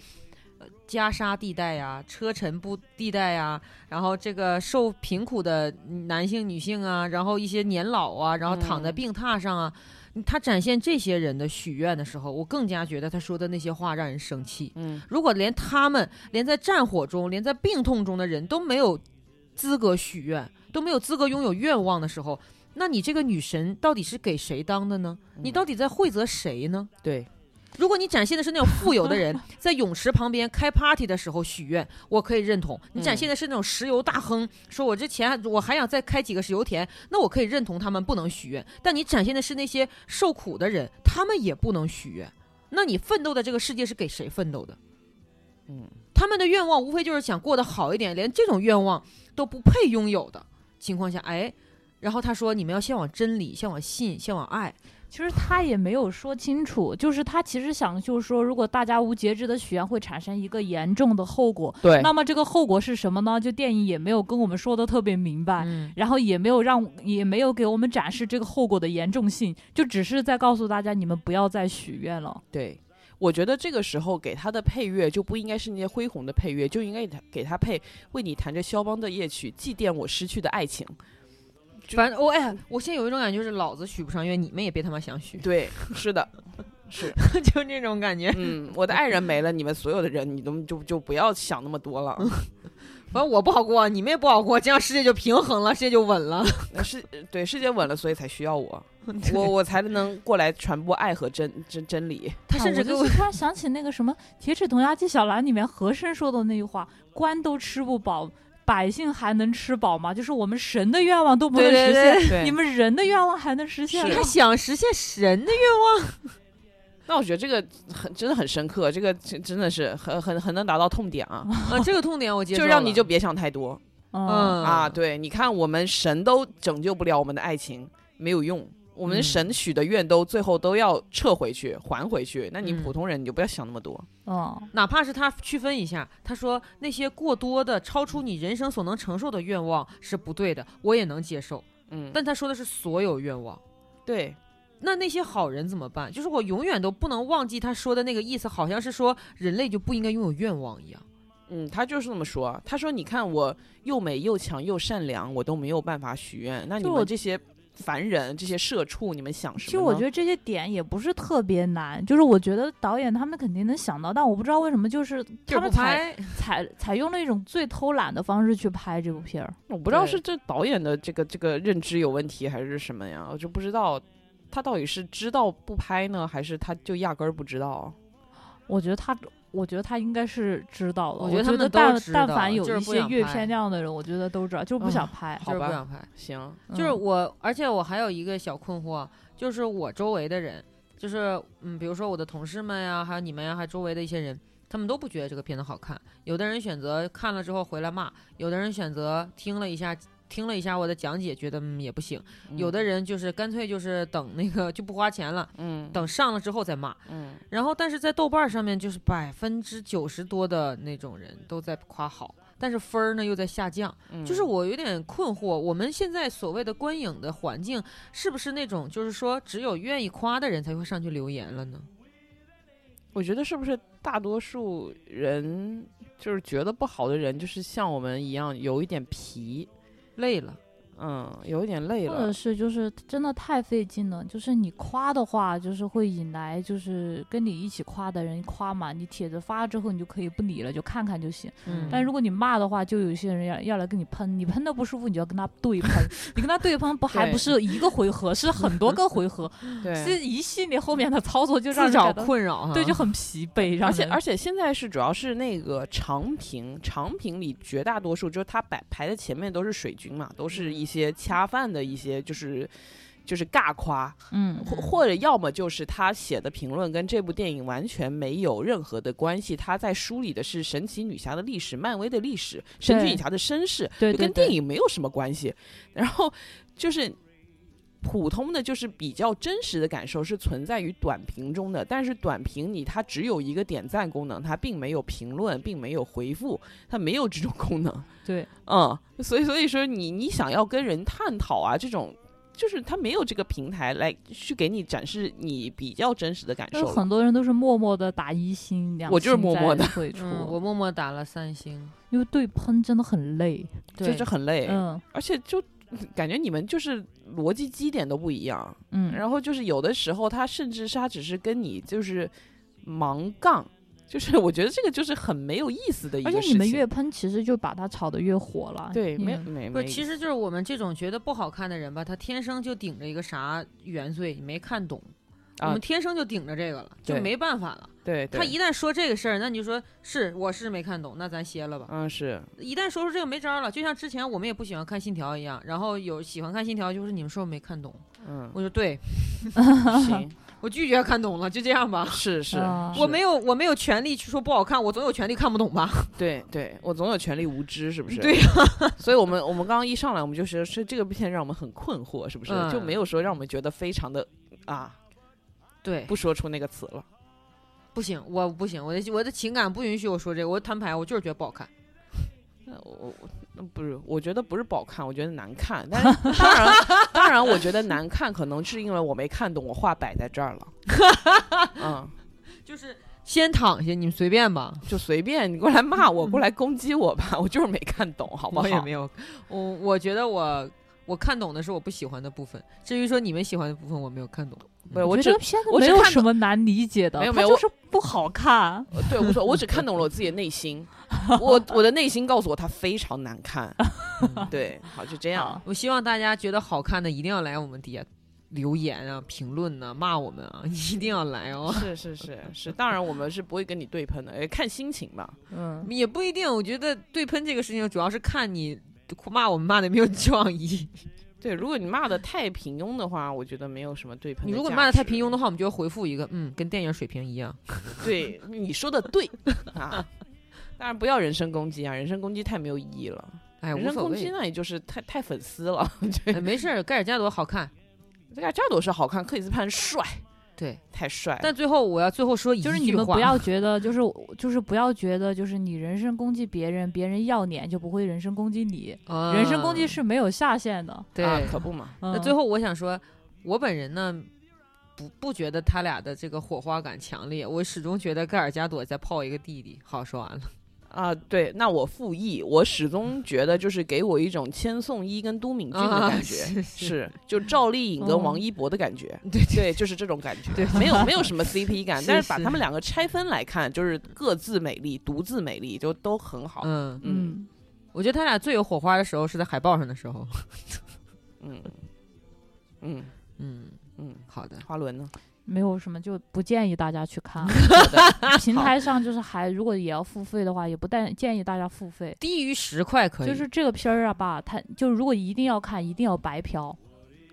Speaker 3: 呃袈裟地带呀、车臣不地带呀，然后这个受贫苦的男性、女性啊，然后一些年老啊，然后躺在
Speaker 2: 嗯
Speaker 3: 病榻上啊，他展现这些人的许愿的时候，我更加觉得他说的那些话让人生气。
Speaker 2: 嗯，
Speaker 3: 如果连他们，连在战火中，连在病痛中的人都没有资格许愿，都没有资格拥有愿望的时候，那你这个女神到底是给谁当的呢？你到底在惠泽谁呢？
Speaker 2: 嗯对，
Speaker 3: 如果你展现的是那种富有的人在泳池旁边开 party 的时候许愿，我可以认同；你展现的是那种石油大亨，说我这钱我还想再开几个石油田，那我可以认同他们不能许愿。但你展现的是那些受苦的人，他们也不能许愿。那你奋斗的这个世界是给谁奋斗的？
Speaker 2: 嗯，
Speaker 3: 他们的愿望无非就是想过得好一点，连这种愿望都不配拥有的情况下，哎，然后他说你们要向往真理，向往信，向往爱。
Speaker 1: 其实他也没有说清楚，就是他其实想就是说，如果大家无节制的许愿，会产生一个严重的后果。
Speaker 2: 对
Speaker 1: 那么这个后果是什么呢？就电影也没有跟我们说的特别明白。
Speaker 3: 嗯，
Speaker 1: 然后也没有让，也没有给我们展示这个后果的严重性，就只是在告诉大家你们不要再许愿了。
Speaker 2: 对，我觉得这个时候给他的配乐就不应该是那些恢宏的配乐，就应该给他给他配《为你弹着肖邦的夜曲》，祭奠我失去的爱情。就
Speaker 3: 反正我、哎，我现在有一种感觉，就是老子许不上愿，你们也别他妈想
Speaker 2: [LAUGHS]
Speaker 3: 许，
Speaker 2: 对，是的，是，
Speaker 3: 就那种感觉。
Speaker 2: 嗯，我的爱人没了，你们所有的人，你都就就不要想那么多了。
Speaker 3: 反正我不好过，你们也不好过，这样世界就平衡了，世界就稳了。
Speaker 2: 那呃世对世界稳了，所以才需
Speaker 3: [LAUGHS]
Speaker 2: 要我，我我才能过来传播爱和真真
Speaker 3: [LAUGHS]
Speaker 2: 真理。
Speaker 3: 他甚
Speaker 1: 啊
Speaker 3: 至
Speaker 1: 我
Speaker 3: 给
Speaker 1: 就
Speaker 3: 我
Speaker 1: 是突然想起那个什么《铁齿铜牙纪晓岚》里面和珅说的那句话：“官都吃不饱，百姓还能吃饱吗？”就是我们神的愿望都不能
Speaker 3: 对对
Speaker 1: 实现，
Speaker 3: 对
Speaker 2: 对
Speaker 1: 你们人的愿望还能实现
Speaker 2: 是
Speaker 1: 吗？
Speaker 3: 他想实现神的愿，
Speaker 2: 那我觉得这个很真的很深刻，这个真真的是很很很能达到痛点啊，
Speaker 3: 啊，这个痛点 [LAUGHS] 我接受
Speaker 2: 就
Speaker 3: 了，
Speaker 2: 让你就别想太多。
Speaker 1: 嗯，
Speaker 3: 嗯
Speaker 2: 啊，，对，你看我们神都拯救不了我们的爱情，没有用。我们
Speaker 3: 嗯
Speaker 2: 神许的愿都最后都要撤回去，还回去。那你
Speaker 3: 嗯
Speaker 2: 普通人你就不要想那么多。
Speaker 1: 嗯，
Speaker 3: 哪怕是他区分一下，他说那些过多的、超出你人生所能承受的愿望是不对的，我也能接受。
Speaker 2: 嗯，
Speaker 3: 但他说的是所有愿望，
Speaker 2: 对，
Speaker 3: 那那些好人怎么办？就是我永远都不能忘记他说的那个意思，好像是说人类就不应该拥有愿望一样。
Speaker 2: 嗯，他就是这么说。他说：“你看我又美又强又善良，我都没有办法许愿。那你
Speaker 1: 就我
Speaker 2: 们这些凡人、这些社畜，你们想什么呢？”
Speaker 1: 其实我觉得这些点也不是特别难，就是我觉得导演他们肯定能想到，但我不知道为什么就是他们
Speaker 3: 不
Speaker 1: 采
Speaker 3: 拍，
Speaker 1: 采采用了一种最偷懒的方式去拍这部片儿。
Speaker 2: 我不知道
Speaker 3: 对
Speaker 2: 是这导演的这个这个认知有问题，还是什么呀？我就不知道他到底是知道不拍呢，还是他就压根儿不知道。
Speaker 1: 我觉得他，我觉得他应该是知道的。
Speaker 3: 我
Speaker 1: 我
Speaker 3: 觉得他们都
Speaker 1: 但
Speaker 3: 知
Speaker 1: 但
Speaker 3: 道
Speaker 1: 凡
Speaker 3: 就
Speaker 1: 有
Speaker 3: 是
Speaker 1: 一
Speaker 3: 不
Speaker 1: 些
Speaker 3: 想
Speaker 1: 阅
Speaker 3: 拍
Speaker 1: 片量的人，我觉得都知道，就是不
Speaker 2: 嗯
Speaker 1: 想拍。
Speaker 3: 就是
Speaker 2: 好
Speaker 3: 不
Speaker 2: 吧
Speaker 3: 想拍。
Speaker 2: 行，
Speaker 3: 就是
Speaker 1: 嗯
Speaker 3: 我，而且我还有一个小困惑，就是我周围的人，就是嗯，比如说我的同事们呀，还有你们呀，还有周围的一些人，他们都不觉得这个片子好看。有的人选择看了之后回来骂，有的人选择听了一下。听了一下我的讲解，觉得嗯也不行。有的人就是干脆就是等那个就不花钱了，
Speaker 2: 嗯
Speaker 3: 等上了之后再骂。
Speaker 2: 嗯
Speaker 3: 然后，但是在豆瓣上面，就是百分之九十多的那种人都在夸好，但是分儿呢又在下降。
Speaker 2: 嗯
Speaker 3: 就是我有点困惑，我们现在所谓的观影的环境，是不是那种就是说只有愿意夸的人才会上去留言了呢？
Speaker 2: 我觉得是不是大多数人就是觉得不好的人，就是像我们一样有一点皮，
Speaker 3: 累了，
Speaker 2: 嗯，有一点累
Speaker 1: 或者
Speaker 2: 了，
Speaker 1: 是就是真的太费劲了，就是你夸的话，就是会引来就是跟你一起夸的人夸嘛，你帖子发之后你就可以不理了，就看看就行。
Speaker 2: 嗯
Speaker 1: 但如果你骂的话，就有一些人要要来跟你喷，你喷的不舒服，你就要跟他对喷，你跟他对喷不还
Speaker 2: 对
Speaker 1: 不是一个回合，是很多个回合，
Speaker 2: [LAUGHS] 对。
Speaker 1: 是一系列后面的操作就让人
Speaker 3: 自找
Speaker 1: 感到
Speaker 3: 困扰哈。
Speaker 1: 对就很疲惫，让
Speaker 2: 啊而且
Speaker 1: 人
Speaker 2: 而且现在是主要是那个长评，长评里绝大多数就是它摆排在前面都是水军嘛，都是一些恰饭的一些就是就是尬夸，
Speaker 1: 嗯
Speaker 2: 或或者要么就是他写的评论跟这部电影完全没有任何的关系，他在梳理的是神奇女侠的历史、漫威的历史、神奇女侠的身世，
Speaker 1: 对
Speaker 2: 就
Speaker 1: 对
Speaker 2: 跟
Speaker 1: 对
Speaker 2: 电影没有什么关系。然后就是普通的，就是比较真实的感受是存在于短评中的，但是短评里它只有一个点赞功能，它并没有评论，并没有回复，它没有这种功能。
Speaker 1: 对
Speaker 2: 嗯，所以所以说你你想要跟人探讨啊，这种就是他没有这个平台来去给你展示你比较真实的感
Speaker 1: 就是
Speaker 2: 受了。
Speaker 1: 很多人都是默默的打一星，两
Speaker 2: 我就是
Speaker 1: 星
Speaker 2: 默默
Speaker 1: 在
Speaker 2: 地
Speaker 1: 退出，
Speaker 3: 嗯，我默默打了三星，
Speaker 1: 因为对喷真的很累，
Speaker 2: 就
Speaker 3: 对
Speaker 2: 是，很累，
Speaker 1: 嗯
Speaker 2: 而且就感觉你们就是逻辑基点都不一样，
Speaker 1: 嗯，
Speaker 2: 然后就是有的时候他甚至是他只是跟你就是盲杠，就是我觉得这个就是很没有意思的一个
Speaker 1: 而
Speaker 2: 事情。
Speaker 1: 且你们越喷，其实就把它炒得越火了。
Speaker 2: 对没
Speaker 1: 嗯
Speaker 2: 没
Speaker 3: 不
Speaker 2: 没
Speaker 3: 是，其实就是我们这种觉得不好看的人吧，他天生就顶着一个啥原罪，你没看懂。我
Speaker 2: 啊
Speaker 3: 们天生就顶着这个了，就
Speaker 2: 对
Speaker 3: 没办法了。
Speaker 2: 对
Speaker 3: 他
Speaker 2: 对
Speaker 3: 一旦说这个事儿，那你就说是我是没看懂，那咱歇了吧。
Speaker 2: 嗯是
Speaker 3: 一旦说出这个没招儿了，就像之前我们也不喜欢看《信条》一样，然后有喜欢看《信条》，就是你们说我没看懂，
Speaker 2: 嗯
Speaker 3: 我说对
Speaker 1: [LAUGHS]
Speaker 3: [LAUGHS]
Speaker 2: 行
Speaker 3: 我拒绝看懂了，就这样
Speaker 2: [LAUGHS]
Speaker 3: 吧。
Speaker 2: 是是
Speaker 1: 啊，
Speaker 3: 我没有，我没有权利去说不好看，我总有权利看不懂吧？
Speaker 2: 对对，我总有权利无知，是不
Speaker 3: [LAUGHS]
Speaker 2: 是？
Speaker 3: 对
Speaker 2: 呀、所以我们我们刚刚一上来，我们就是是这个片让我们很困惑，是不是？就
Speaker 3: 嗯
Speaker 2: 没有说让我们觉得非常的啊，
Speaker 3: 对，
Speaker 2: 不说出那个词了。
Speaker 3: 不行，我不行，我的我的情感不允许我说这个，我摊牌，我就是觉得不好看。
Speaker 2: 那我我那不是，我觉得不是不好看，我觉得难看。但是 [LAUGHS] 当然当然，我觉得难看可能是因为我没看懂，我话摆在这
Speaker 3: [LAUGHS]
Speaker 2: 儿了。嗯，
Speaker 3: 就是先躺下，你们随便吧。
Speaker 2: 就随便你过来骂我，过来攻击我吧，我就是没看懂，好 [LAUGHS] 不好？
Speaker 3: 我也没有，我我觉得我我看懂的是我不喜欢的部分，至于说你们喜欢的部分，我没有看懂。
Speaker 2: 不是，我
Speaker 1: 我觉
Speaker 2: 只
Speaker 1: 得这个片子
Speaker 2: 我
Speaker 1: 没
Speaker 2: 只
Speaker 1: 有
Speaker 2: 看
Speaker 1: 什么难理解的，
Speaker 2: 没有
Speaker 1: 它
Speaker 2: 没有
Speaker 1: 就
Speaker 2: 我
Speaker 1: 是不好看。
Speaker 2: 对，无所谓，我只看懂了我自己的内心，我我的内心告诉我它非常难看。 [LAUGHS] 对，好，就这样。
Speaker 1: 好
Speaker 3: 嗯我希望大家觉得好看的一定要来我们底下留言啊、评论呐、骂我们啊， [LAUGHS] 一定要来 [LAUGHS] 哦。
Speaker 2: 是是是是，当然我们是不会跟你对喷的，哎看心情吧。
Speaker 1: 嗯，
Speaker 3: 也不一定，我觉得对喷这个事情主要是看你骂我们骂的没有
Speaker 1: [LAUGHS]
Speaker 3: 创意。
Speaker 2: 对，如果你骂的太平庸的话，我觉得没有什么对喷。
Speaker 3: 你如果骂的太平庸的，话，我们就会回复一个嗯，跟电影水平一样。
Speaker 2: 对，你说
Speaker 3: [LAUGHS]
Speaker 2: 的对啊。当然不要人身攻击啊，人身攻击太没有意义了。
Speaker 3: 哎，
Speaker 2: 人
Speaker 3: 无
Speaker 2: 身
Speaker 3: 所
Speaker 2: 攻击
Speaker 3: 谓，
Speaker 2: 那也就是太太粉丝了。 [LAUGHS]
Speaker 3: 哎、没事儿，盖尔加朵
Speaker 1: [LAUGHS]
Speaker 3: 好看。
Speaker 2: 这个这朵是好看，克里斯潘帅，
Speaker 3: 对，
Speaker 2: 太帅了。
Speaker 3: 但最后我要最后说一句
Speaker 1: 就
Speaker 3: 话，
Speaker 1: 是你们不
Speaker 3: [LAUGHS]
Speaker 1: 要觉得，就是就是不要觉得，就是你人身攻击别人，别人要脸就不会人身攻击你，
Speaker 3: 啊
Speaker 1: 人身攻击是没有下限的。嗯
Speaker 3: 对、
Speaker 2: 啊，可不嘛。
Speaker 1: 那
Speaker 3: 那最后我想说，我本人呢，不不觉得他俩的这个火花感强烈，我始终觉得盖尔加朵在泡一个弟弟。好，说完了。
Speaker 2: 啊，对，那我复议，我始终觉得就是给我一种千颂伊跟都敏俊的
Speaker 3: 啊
Speaker 2: 感觉，
Speaker 3: 是是嗯
Speaker 2: 是就赵丽颖跟王一博的感觉，
Speaker 3: [LAUGHS] 对
Speaker 2: 对，就是这种感觉，
Speaker 3: 对
Speaker 2: 没有没
Speaker 3: [LAUGHS]
Speaker 2: 有什么 CP 感，
Speaker 3: 是
Speaker 2: 但是把
Speaker 3: 是
Speaker 2: 他们两个拆分来看，就是各自美丽，独自美丽，就都很好，
Speaker 3: 嗯，
Speaker 2: 嗯
Speaker 1: 嗯，
Speaker 3: 我觉得他俩最有火花的时候是在海报上的时候。
Speaker 2: 嗯嗯
Speaker 3: 嗯，
Speaker 2: 嗯，
Speaker 3: 好的，
Speaker 2: 花轮呢？
Speaker 1: 没有什么，就不建议大家去
Speaker 3: [LAUGHS]
Speaker 1: 看。
Speaker 2: 好
Speaker 1: [LAUGHS]
Speaker 2: 的
Speaker 1: 平台上就是还如果也要付费的话，也不但建议大家付费。
Speaker 3: 低于十块可以。
Speaker 1: 就是这个片儿啊吧，它就如果一定要看，一定要白嫖。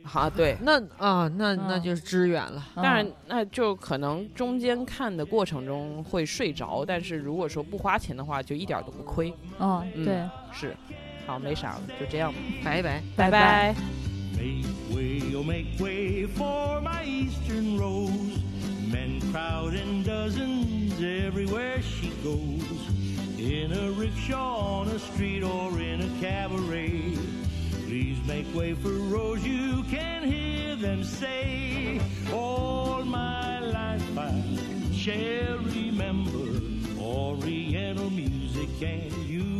Speaker 2: 好、啊，
Speaker 3: [LAUGHS]
Speaker 2: 对。
Speaker 3: 那啊，那那
Speaker 1: 嗯
Speaker 3: 就是支援了。
Speaker 1: 嗯
Speaker 2: 当然，那就可能中间看的过程中会睡着，但是如果说不花钱的话，就一点儿都不亏。
Speaker 1: 嗯，
Speaker 2: 嗯
Speaker 1: 对，
Speaker 2: 是，好，没啥了，就这样吧，
Speaker 3: 拜拜。
Speaker 1: 拜
Speaker 2: 拜
Speaker 1: 拜
Speaker 4: Make way, oh make way for my eastern rose. Men crowd in dozens everywhere she goes. In a rickshaw, on a street, or in a cabaret. Please make way for Rose, you can hear them say. All my life I shall remember Oriental music and you